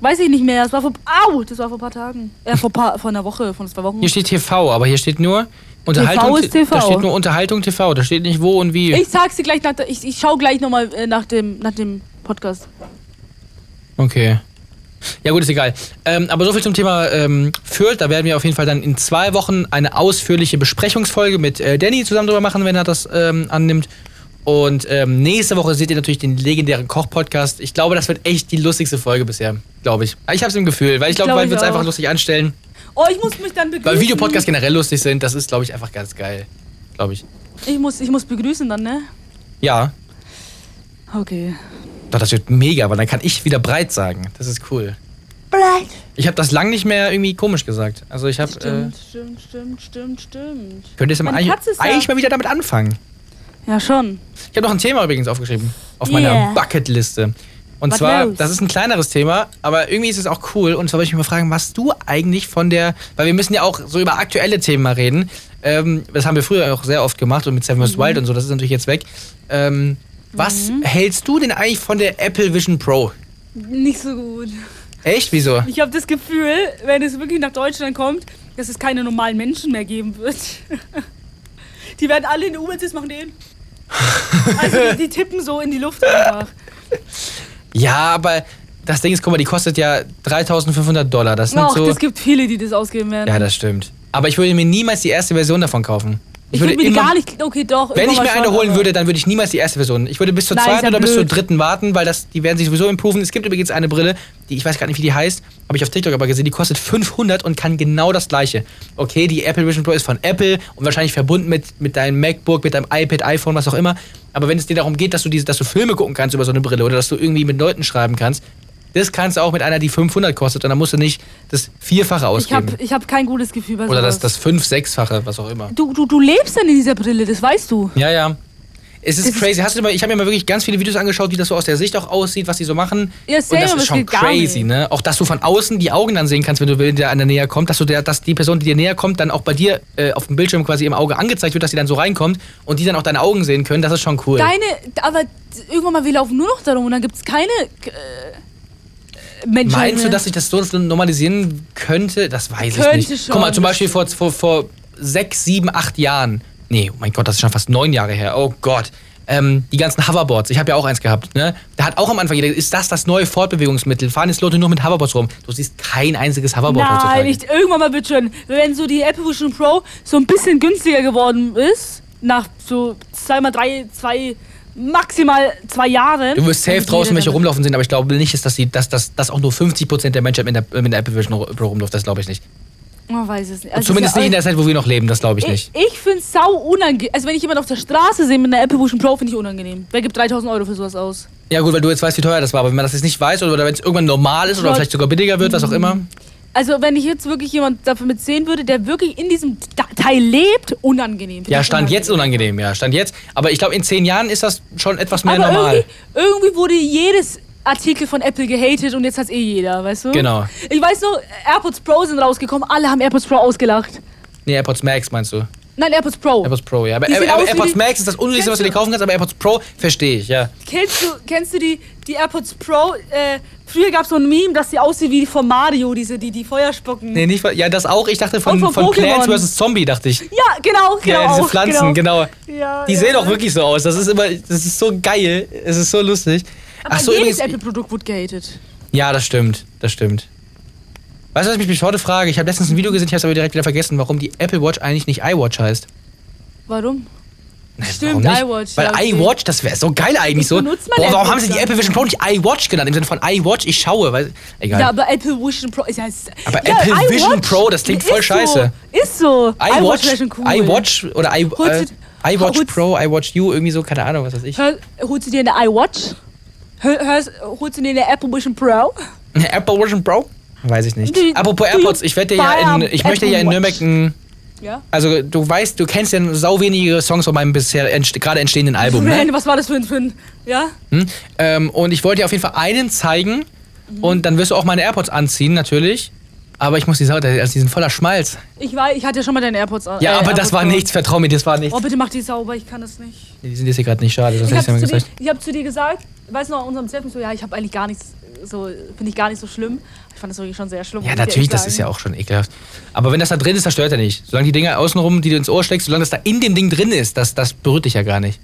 B: Weiß ich nicht mehr. Das war vor, au, das war vor ein paar Tagen. Äh, vor, paar, vor einer Woche, vor zwei Wochen.
A: Hier steht TV, aber hier steht nur Unterhaltung.
B: ist TV.
A: Da steht nur Unterhaltung TV. Da steht nicht wo und wie.
B: Ich sag's dir gleich nach der, ich, ich schau gleich nochmal äh, nach dem, nach dem Podcast.
A: Okay. Ja gut, ist egal. Ähm, aber so viel zum Thema ähm, Fürth. Da werden wir auf jeden Fall dann in zwei Wochen eine ausführliche Besprechungsfolge mit äh, Danny zusammen drüber machen, wenn er das ähm, annimmt. Und ähm, nächste Woche seht ihr natürlich den legendären Koch-Podcast. Ich glaube, das wird echt die lustigste Folge bisher, glaube ich. Ich habe es im Gefühl, weil ich glaube,
B: glaub,
A: bald
B: ich
A: wird es
B: auch.
A: einfach lustig anstellen.
B: Oh, ich muss mich dann begrüßen.
A: Weil Videopodcasts generell lustig sind, das ist, glaube ich, einfach ganz geil. Glaube ich.
B: Ich muss, ich muss begrüßen dann, ne?
A: Ja,
B: Okay.
A: doch, das wird mega, weil dann kann ich wieder breit sagen. Das ist cool.
B: Breit.
A: Ich habe das lang nicht mehr irgendwie komisch gesagt. Also ich habe... Äh,
B: Stimmt, stimmt, stimmt, stimmt, stimmt.
A: Könntest du mal
B: Meine
A: eigentlich,
B: Katze ist da.
A: eigentlich mal wieder damit anfangen.
B: Ja, schon.
A: Ich habe noch ein Thema übrigens aufgeschrieben. Auf
B: Yeah.
A: meiner Bucketliste. Und
B: Was
A: zwar,
B: los?
A: das ist ein kleineres Thema, aber irgendwie ist es auch cool. Und zwar wollte ich mich mal fragen, was du eigentlich von der, weil wir müssen ja auch so über aktuelle Themen mal reden. Ähm, das haben wir früher auch sehr oft gemacht und mit Seven
B: Mhm.
A: vs. Wild und so, das ist natürlich jetzt weg. Ähm, was hältst du denn eigentlich von der Apple Vision Pro?
B: Nicht so gut.
A: Echt? Wieso?
B: Ich habe das Gefühl, wenn es wirklich nach Deutschland kommt, dass es keine normalen Menschen mehr geben wird. Die werden alle in der U-Bahn sitzen, machen den. Also die, die tippen so in die Luft einfach.
A: Ja, aber das Ding ist, guck mal, die kostet ja 3500 Dollar. Das sind
B: Ach,
A: so.
B: es gibt viele, die das ausgeben werden.
A: Ja, das stimmt. Aber ich würde mir niemals die erste Version davon kaufen.
B: ich würde mir die
A: immer-
B: gar nicht. Okay, doch.
A: Wenn
B: irgendwann
A: ich
B: mal
A: mir eine
B: schon,
A: holen
B: aber-
A: würde, dann würde ich niemals die erste Version. Ich würde bis zur
B: Nein, ist
A: zweiten
B: ja
A: oder bis zur
B: blöd.
A: dritten warten, weil das, die werden sich sowieso improven. Es gibt übrigens eine Brille, die ich weiß gar nicht, wie die heißt, habe ich auf TikTok aber gesehen, die kostet 500 und kann genau das gleiche. Okay, die Apple Vision Pro ist von Apple und wahrscheinlich verbunden mit, mit deinem MacBook, mit deinem iPad, iPhone, was auch immer. Aber wenn es dir darum geht, dass du, diese, dass du Filme gucken kannst über so eine Brille oder dass du irgendwie mit Leuten schreiben kannst, das kannst du auch mit einer, die 500 kostet und dann musst du nicht das Vierfache
B: Ich habe
A: ausgeben.
B: ich hab kein gutes Gefühl bei
A: Oder
B: sowas.
A: das, das Fünf-, Sechsfache, was auch immer.
B: Du, du, du lebst dann in dieser Brille, das weißt du.
A: Ja, ja. Es ist
B: Das ist-
A: crazy. Hast du mal, ich habe mir mal wirklich ganz viele Videos angeschaut, wie das so aus der Sicht auch aussieht, was die so machen.
B: Ja,
A: Und
B: same,
A: das
B: aber
A: ist
B: es
A: schon
B: geht gar
A: crazy,
B: nicht.
A: ne? Auch dass du von außen die Augen dann sehen kannst, wenn du willst, der an der näher kommt, dass du der, dass die Person, die dir näher kommt, dann auch bei dir äh, auf dem Bildschirm quasi im Auge angezeigt wird, dass die dann so reinkommt und die dann auch deine Augen sehen können. Das ist schon cool.
B: Deine, aber irgendwann mal, wir laufen nur noch darum und dann gibt es keine äh, Menschen
A: Meinst
B: mehr.
A: du, dass ich das so normalisieren könnte? Das weiß
B: Könnte
A: ich nicht.
B: schon,
A: Guck mal, zum Beispiel vor, vor, vor sechs, sieben, acht Jahren. Nee, oh mein Gott, das ist schon fast neun Jahre her. Oh Gott. Ähm, die ganzen Hoverboards. Ich habe ja auch eins gehabt. Ne? Da hat auch am Anfang jeder, ist das das neue Fortbewegungsmittel? Fahren jetzt Leute nur mit Hoverboards rum. Du siehst kein einziges Hoverboard
B: Nein,
A: heutzutage.
B: ich, irgendwann mal wird schon, wenn so die Apple Vision Pro so ein bisschen günstiger geworden ist, nach so zweimal drei, zwei, maximal zwei Jahren.
A: Du wirst safe
B: dann
A: draußen
B: geht
A: welche
B: er damit.
A: rumlaufen sehen, aber ich glaube nicht, dass, dass, die, dass, dass, dass auch nur 50% der Menschheit mit der, mit der Apple Vision Pro rumläuft. Das glaube ich nicht.
B: Man weiß es nicht. Also
A: Zumindest
B: es ist
A: nicht in
B: ja-
A: der Zeit, wo wir noch leben. Das glaube ich nicht.
B: Ich, ich finde es sau unangenehm. Also, wenn ich jemanden auf der Straße sehe mit einer Apple Vision Pro, finde ich unangenehm. Wer gibt 3000 Euro für sowas aus?
A: Ja gut, weil du jetzt weißt, wie teuer das war, aber wenn man das jetzt nicht weiß oder wenn es irgendwann normal ist oder
B: Leute-
A: vielleicht sogar billiger wird, was auch immer.
B: Also, wenn ich jetzt wirklich jemanden dafür mit sehen würde, der wirklich in diesem Ta- Teil lebt, unangenehm. Find
A: Ja,
B: ich
A: stand
B: unangenehm.
A: jetzt unangenehm, ja, stand jetzt. Aber ich glaube, in zehn Jahren ist das schon etwas mehr
B: Aber
A: normal.
B: Irgendwie, irgendwie wurde jedes Artikel von Apple gehatet und jetzt hat's eh jeder, weißt du?
A: Genau.
B: Ich weiß nur, AirPods Pro sind rausgekommen, alle haben AirPods Pro ausgelacht.
A: Nee, AirPods Max meinst du?
B: Nein, AirPods Pro.
A: AirPods Pro, ja. Aber
B: Die
A: Air,
B: sehen
A: Air,
B: aus wie
A: AirPods
B: die-
A: Max ist das Unnötigste, was du dir kaufen kannst, aber AirPods Pro verstehe ich, ja.
B: Kennst du, kennst du die, die AirPods Pro? Äh, früher gab es so ein Meme, dass die aussehen wie die von Mario, diese, die, die Feuer spucken.
A: Nee, nicht, von- ja, das auch. Ich dachte von,
B: Und
A: von,
B: von
A: Plants
B: Pokémon.
A: vs. Zombie, dachte ich.
B: Ja, genau, genau.
A: ja, diese
B: auch,
A: Pflanzen, genau.
B: Ja,
A: Die
B: ja.
A: sehen auch wirklich so aus. Das ist immer, das ist so geil. Es ist so lustig.
B: Aber
A: Ach so,
B: jedes
A: übrigens.
B: Apple-Produkt wird gehatet.
A: Ja, das stimmt. Das stimmt. Weißt du, was ich mich heute frage? Ich habe letztens ein Video gesehen, ich habe es aber direkt wieder vergessen, warum die Apple Watch eigentlich nicht iWatch heißt.
B: Warum?
A: Warum
B: Stimmt,
A: nicht?
B: iWatch.
A: Weil
B: ja, okay.
A: iWatch, das wäre so geil eigentlich
B: Ich
A: so. Boah,
B: benutze mal
A: warum
B: Apple
A: haben sie die
B: dann.
A: Apple Vision Pro nicht iWatch genannt? Im Sinne von iWatch, ich schaue. Weil, egal.
B: Ja, aber Apple Vision Pro. Ja, ist,
A: Aber
B: ja,
A: Apple Vision
B: iWatch
A: Pro, das klingt
B: ist
A: voll
B: so,
A: scheiße.
B: Ist so.
A: iWatch,
B: wär schon cool.
A: iWatch oder i, äh,
B: Holst du-
A: iWatch
B: holst-
A: Pro, iWatch U, irgendwie so, keine Ahnung, was weiß ich.
B: Hör, holst du dir eine iWatch? Hör, hörst, holst du dir eine Apple Vision Pro?
A: Apple Vision Pro? Weiß ich nicht.
B: Du-
A: Apropos
B: du-
A: AirPods, ich werde dir ja in,
B: Bayern
A: ich möchte ja in
B: Apple
A: Nürnberg
B: Watch.
A: ein,
B: Ja.
A: also du weißt, du kennst ja sau wenige Songs von meinem bisher entst gerade entstehenden Album, ne?
B: Man, was war das für ein, für ein ja?
A: Hm? Ähm, und ich wollte dir auf jeden Fall einen zeigen
B: Mhm.
A: und dann wirst du auch meine AirPods anziehen, natürlich. Aber ich muss die Sau, also die sind voller Schmalz.
B: Ich war, ich hatte ja schon mal deine AirPods an.
A: Ja,
B: äh,
A: aber
B: AirPods
A: das war
B: an.
A: nichts, vertrau mir, das war nichts.
B: Oh, bitte mach die sauber, ich kann das nicht.
A: Die sind jetzt hier gerade nicht schade, sonst
B: Ich
A: hätte ich
B: hab's
A: dir mal
B: zu dir,
A: gezeigt.
B: ich hab zu dir gesagt, weißt du noch, an unserem Treffen, so, ja, ich habe eigentlich gar nichts, so, finde ich gar nicht so schlimm. Ich fand das wirklich schon sehr schlimm.
A: Ja,
B: muss ich
A: natürlich,
B: ehrlich
A: das ist ja
B: sagen.
A: auch schon ekelhaft. Aber wenn das da drin ist, das stört ja nicht. Solange die Dinger außenrum, die du ins Ohr steckst, solange das da in dem Ding drin ist, das, das berührt dich ja gar nicht.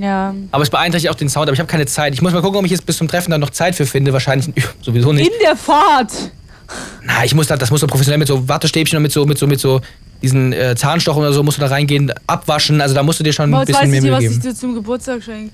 B: Ja.
A: Aber es beeinträchtigt auch den Sound, aber ich habe keine Zeit. Ich muss mal gucken, ob ich jetzt bis zum Treffen dann noch Zeit für finde. Wahrscheinlich sowieso nicht.
B: In der Fahrt.
A: Na, ich muss da, das muss so professionell mit so Wattestäbchen und mit so, mit so, mit so diesen äh, Zahnstochen oder so musst du da reingehen, abwaschen. Also da musst du dir schon
B: Aber
A: ein
B: jetzt weiß
A: bisschen mehr
B: ich
A: Mühe
B: dir, was ich
A: geben.
B: dir zum Geburtstag schenke.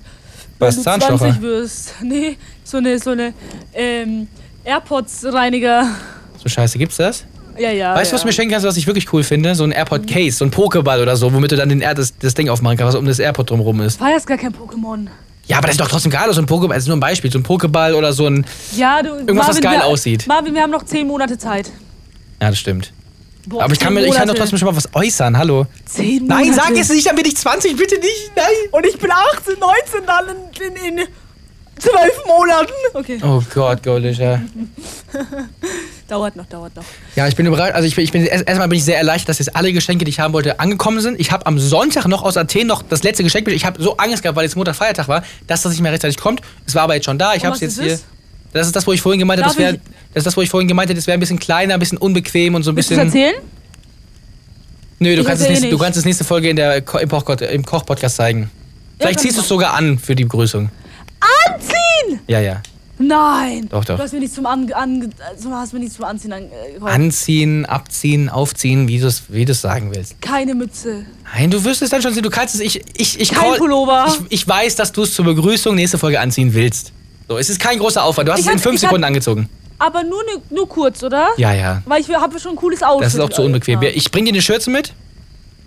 A: Was,
B: Wenn du
A: Zahnstocher?
B: 20 wirst. Nee, so eine, so eine, ähm, AirPods-Reiniger.
A: So scheiße, gibt's das?
B: Ja, ja.
A: Weißt du,
B: Oh ja.
A: was du mir schenken kannst, was ich wirklich cool finde? So ein AirPod Case, so ein Pokéball oder so, womit du dann den Air, das, das Ding aufmachen kannst, was um das AirPod drumrum ist.
B: War jetzt gar kein Pokémon.
A: Ja, aber das ist doch trotzdem geil, so ein Pokéball, das ist nur ein Beispiel, so ein Pokéball oder so ein.
B: Ja, du.
A: Irgendwas, was geil
B: wir,
A: aussieht.
B: Marvin, wir haben noch 10 Monate Zeit.
A: Ja, das stimmt.
B: Boah,
A: Aber ich kann, mir, ich kann doch trotzdem schon mal was äußern, hallo.
B: 10 Monate.
A: Nein, sag jetzt nicht, dann bin ich 20, bitte nicht, nein.
B: Und ich bin 18, 19 dann in, in, in 12 Monaten. Okay.
A: Oh Gott, Golischer.
B: Dauert noch, dauert noch.
A: Ja, ich bin überrascht. Also ich bin, ich bin erst- erstmal bin ich sehr erleichtert, dass jetzt alle Geschenke, die ich haben wollte, angekommen sind. Ich habe am Sonntag noch aus Athen noch das letzte Geschenk. Ich habe so Angst gehabt, weil jetzt Montag Feiertag war, dass das nicht mehr rechtzeitig kommt. Es war aber jetzt schon da. Ich
B: Und
A: habe es
B: was
A: jetzt
B: ist
A: hier.
B: es?
A: Das ist das, wo ich vorhin gemeint habe, das
B: Darf
A: wäre
B: ich-
A: das ist das, wo ich vorhin gemeint hätte, das wäre ein bisschen kleiner, ein bisschen unbequem und so ein
B: Willst du
A: bisschen.
B: es erzählen?
A: Nö, du
B: Ich
A: kannst, es
B: erzähl
A: nächste, du
B: nicht.
A: kannst es nächste Folge in der, Ko- im, Koch im Koch-Podcast zeigen. Vielleicht
B: kann
A: ziehst
B: ich
A: du es sogar an für die Begrüßung.
B: Anziehen!
A: Ja, ja.
B: Nein!
A: Doch, doch.
B: Du hast mir nichts zum, an, an, du hast mir nichts zum Anziehen äh, angekommen.
A: Anziehen, abziehen, aufziehen, wie du es wie du's sagen willst.
B: Keine Mütze.
A: Nein, du wirst es dann schon sehen. Du kannst es. Ich, ich, ich
B: Kein Pullover.
A: Ich, ich weiß, dass du es zur Begrüßung nächste Folge anziehen willst. So, es ist kein großer Aufwand. Du hast
B: Ich
A: es in
B: hab-
A: fünf
B: ich hab-
A: Sekunden angezogen.
B: Aber nur, ne, nur kurz, oder?
A: Ja, ja.
B: Weil ich habe schon ein cooles Outfit.
A: Das ist auch zu unbequem.
B: Ja.
A: Ich bring dir eine Schürze mit.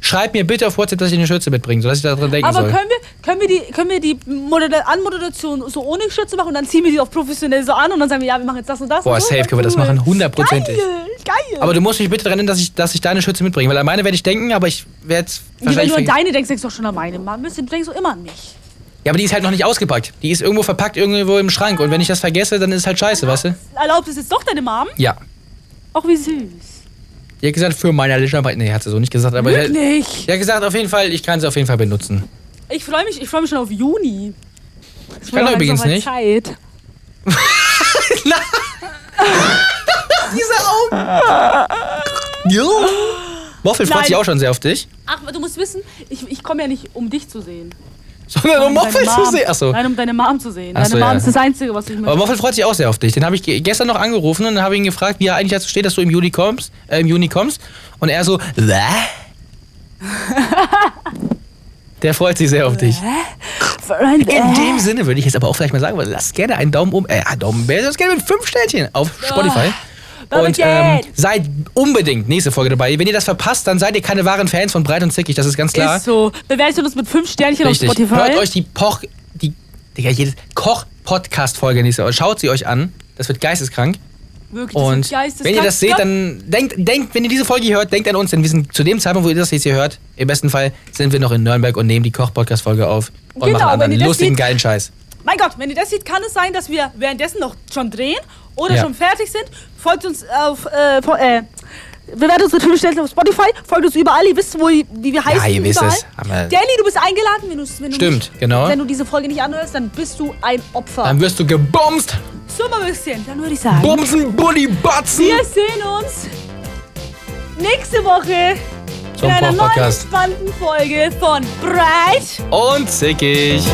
A: Schreib mir bitte auf WhatsApp, dass ich eine Schürze mitbringe, sodass ich daran denken
B: Aber
A: soll.
B: können wir, können wir die, können wir die Modera Anmoderation so ohne Schürze machen und dann ziehen wir die auch professionell so an und dann sagen wir, ja, wir machen jetzt das und das.
A: Boah,
B: und so.
A: safe können wir das
B: Cool.
A: machen. Hundertprozentig.
B: Geil, geil.
A: Aber du musst mich bitte daran erinnern, dass ich, dass ich deine Schürze mitbringe. Weil an meine werde ich denken, aber ich werde es
B: Ja, wenn
A: wahrscheinlich.
B: du an
A: vergessen.
B: deine denkst, denkst du auch schon an meine. Mann, du denkst doch immer an mich.
A: Ja, aber die ist halt noch nicht ausgepackt. Die ist irgendwo verpackt, irgendwo im Schrank. Und wenn ich das vergesse, dann ist es halt scheiße, weißt du?
B: Erlaubt es jetzt doch deine Mom?
A: Ja.
B: Auch wie süß.
A: Die hat gesagt, für meine Lischarbeit. Nee, hat sie so nicht gesagt, aber.
B: Wirklich.
A: Ja, gesagt, auf jeden Fall, ich kann sie auf jeden Fall benutzen.
B: Ich freue mich, ich freue mich schon auf Juni. Ich
A: kann übrigens nicht.
B: Zeit.
A: Diese Augen! Jo! Waffel freut
B: Nein.
A: sich auch schon sehr auf dich.
B: Ach, du musst wissen, ich, ich komme ja nicht, um dich zu sehen.
A: Sondern um Waffel
B: deine
A: zu
B: Mom.
A: sehen. Achso.
B: Nein, um deine Mom zu sehen.
A: Ach
B: Deine
A: so,
B: Mom
A: ja.
B: ist das Einzige, was ich
A: Aber
B: möchte.
A: Waffel freut sich auch sehr auf dich. Den habe ich ge- gestern noch angerufen und dann habe ich ihn gefragt, wie er eigentlich dazu steht, dass du im Juli kommst, äh, im Juni kommst. Und er so, "Bäh?" Der freut sich sehr auf dich. In dem Sinne würde ich jetzt aber auch vielleicht mal sagen, lasst gerne einen Daumen um, äh, einen Daumen, lasst gerne mit fünf Sternchen auf Spotify.
B: Damit
A: und ähm,
B: geht's.
A: seid unbedingt nächste Folge dabei. Wenn ihr das verpasst, dann seid ihr keine wahren Fans von Breit und Zickig, das ist ganz klar.
B: Ist so. Bewertet uns mit fünf Sternchen
A: Richtig.
B: auf Spotify.
A: Hört euch die Poch, die, Digga, jede Koch-Podcast-Folge nächste Woche. Schaut sie euch an. Das wird geisteskrank.
B: Wirklich, das
A: Und
B: sind Geistes-
A: wenn ihr das seht,
B: Gott,
A: dann denkt, denkt, wenn ihr diese Folge hier hört, denkt an uns, denn wir sind zu dem Zeitpunkt, wo ihr das jetzt hier hört, im besten Fall sind wir noch in Nürnberg und nehmen die Koch-Podcast-Folge auf und machen
B: Genau, wenn
A: anderen
B: ihr das
A: lustigen,
B: seht-
A: geilen Scheiß.
B: Mein Gott, wenn ihr das seht, kann es sein, dass wir währenddessen noch schon drehen oder
A: Ja.
B: schon fertig sind. Folgt uns auf äh, fo- äh, Bewertet unsere Themenstellen auf Spotify, folgt uns überall, ihr wisst, wo, wie wir heißen.
A: ihr wisst
B: überall.
A: es, aber-
B: Danny, du bist eingeladen, wenn, du's- wenn du
A: Stimmt,
B: nicht,
A: genau.
B: Wenn du diese Folge nicht anhörst, dann bist du ein Opfer.
A: Dann wirst du gebomst.
B: Sommerwürstchen, dann würde ich sagen.
A: Bumsen, Bulli, Batzen.
B: Wir sehen uns nächste Woche in
A: Zum
B: einer neuen
A: Podcast.
B: spannenden Folge von Breit.
A: Und zickig.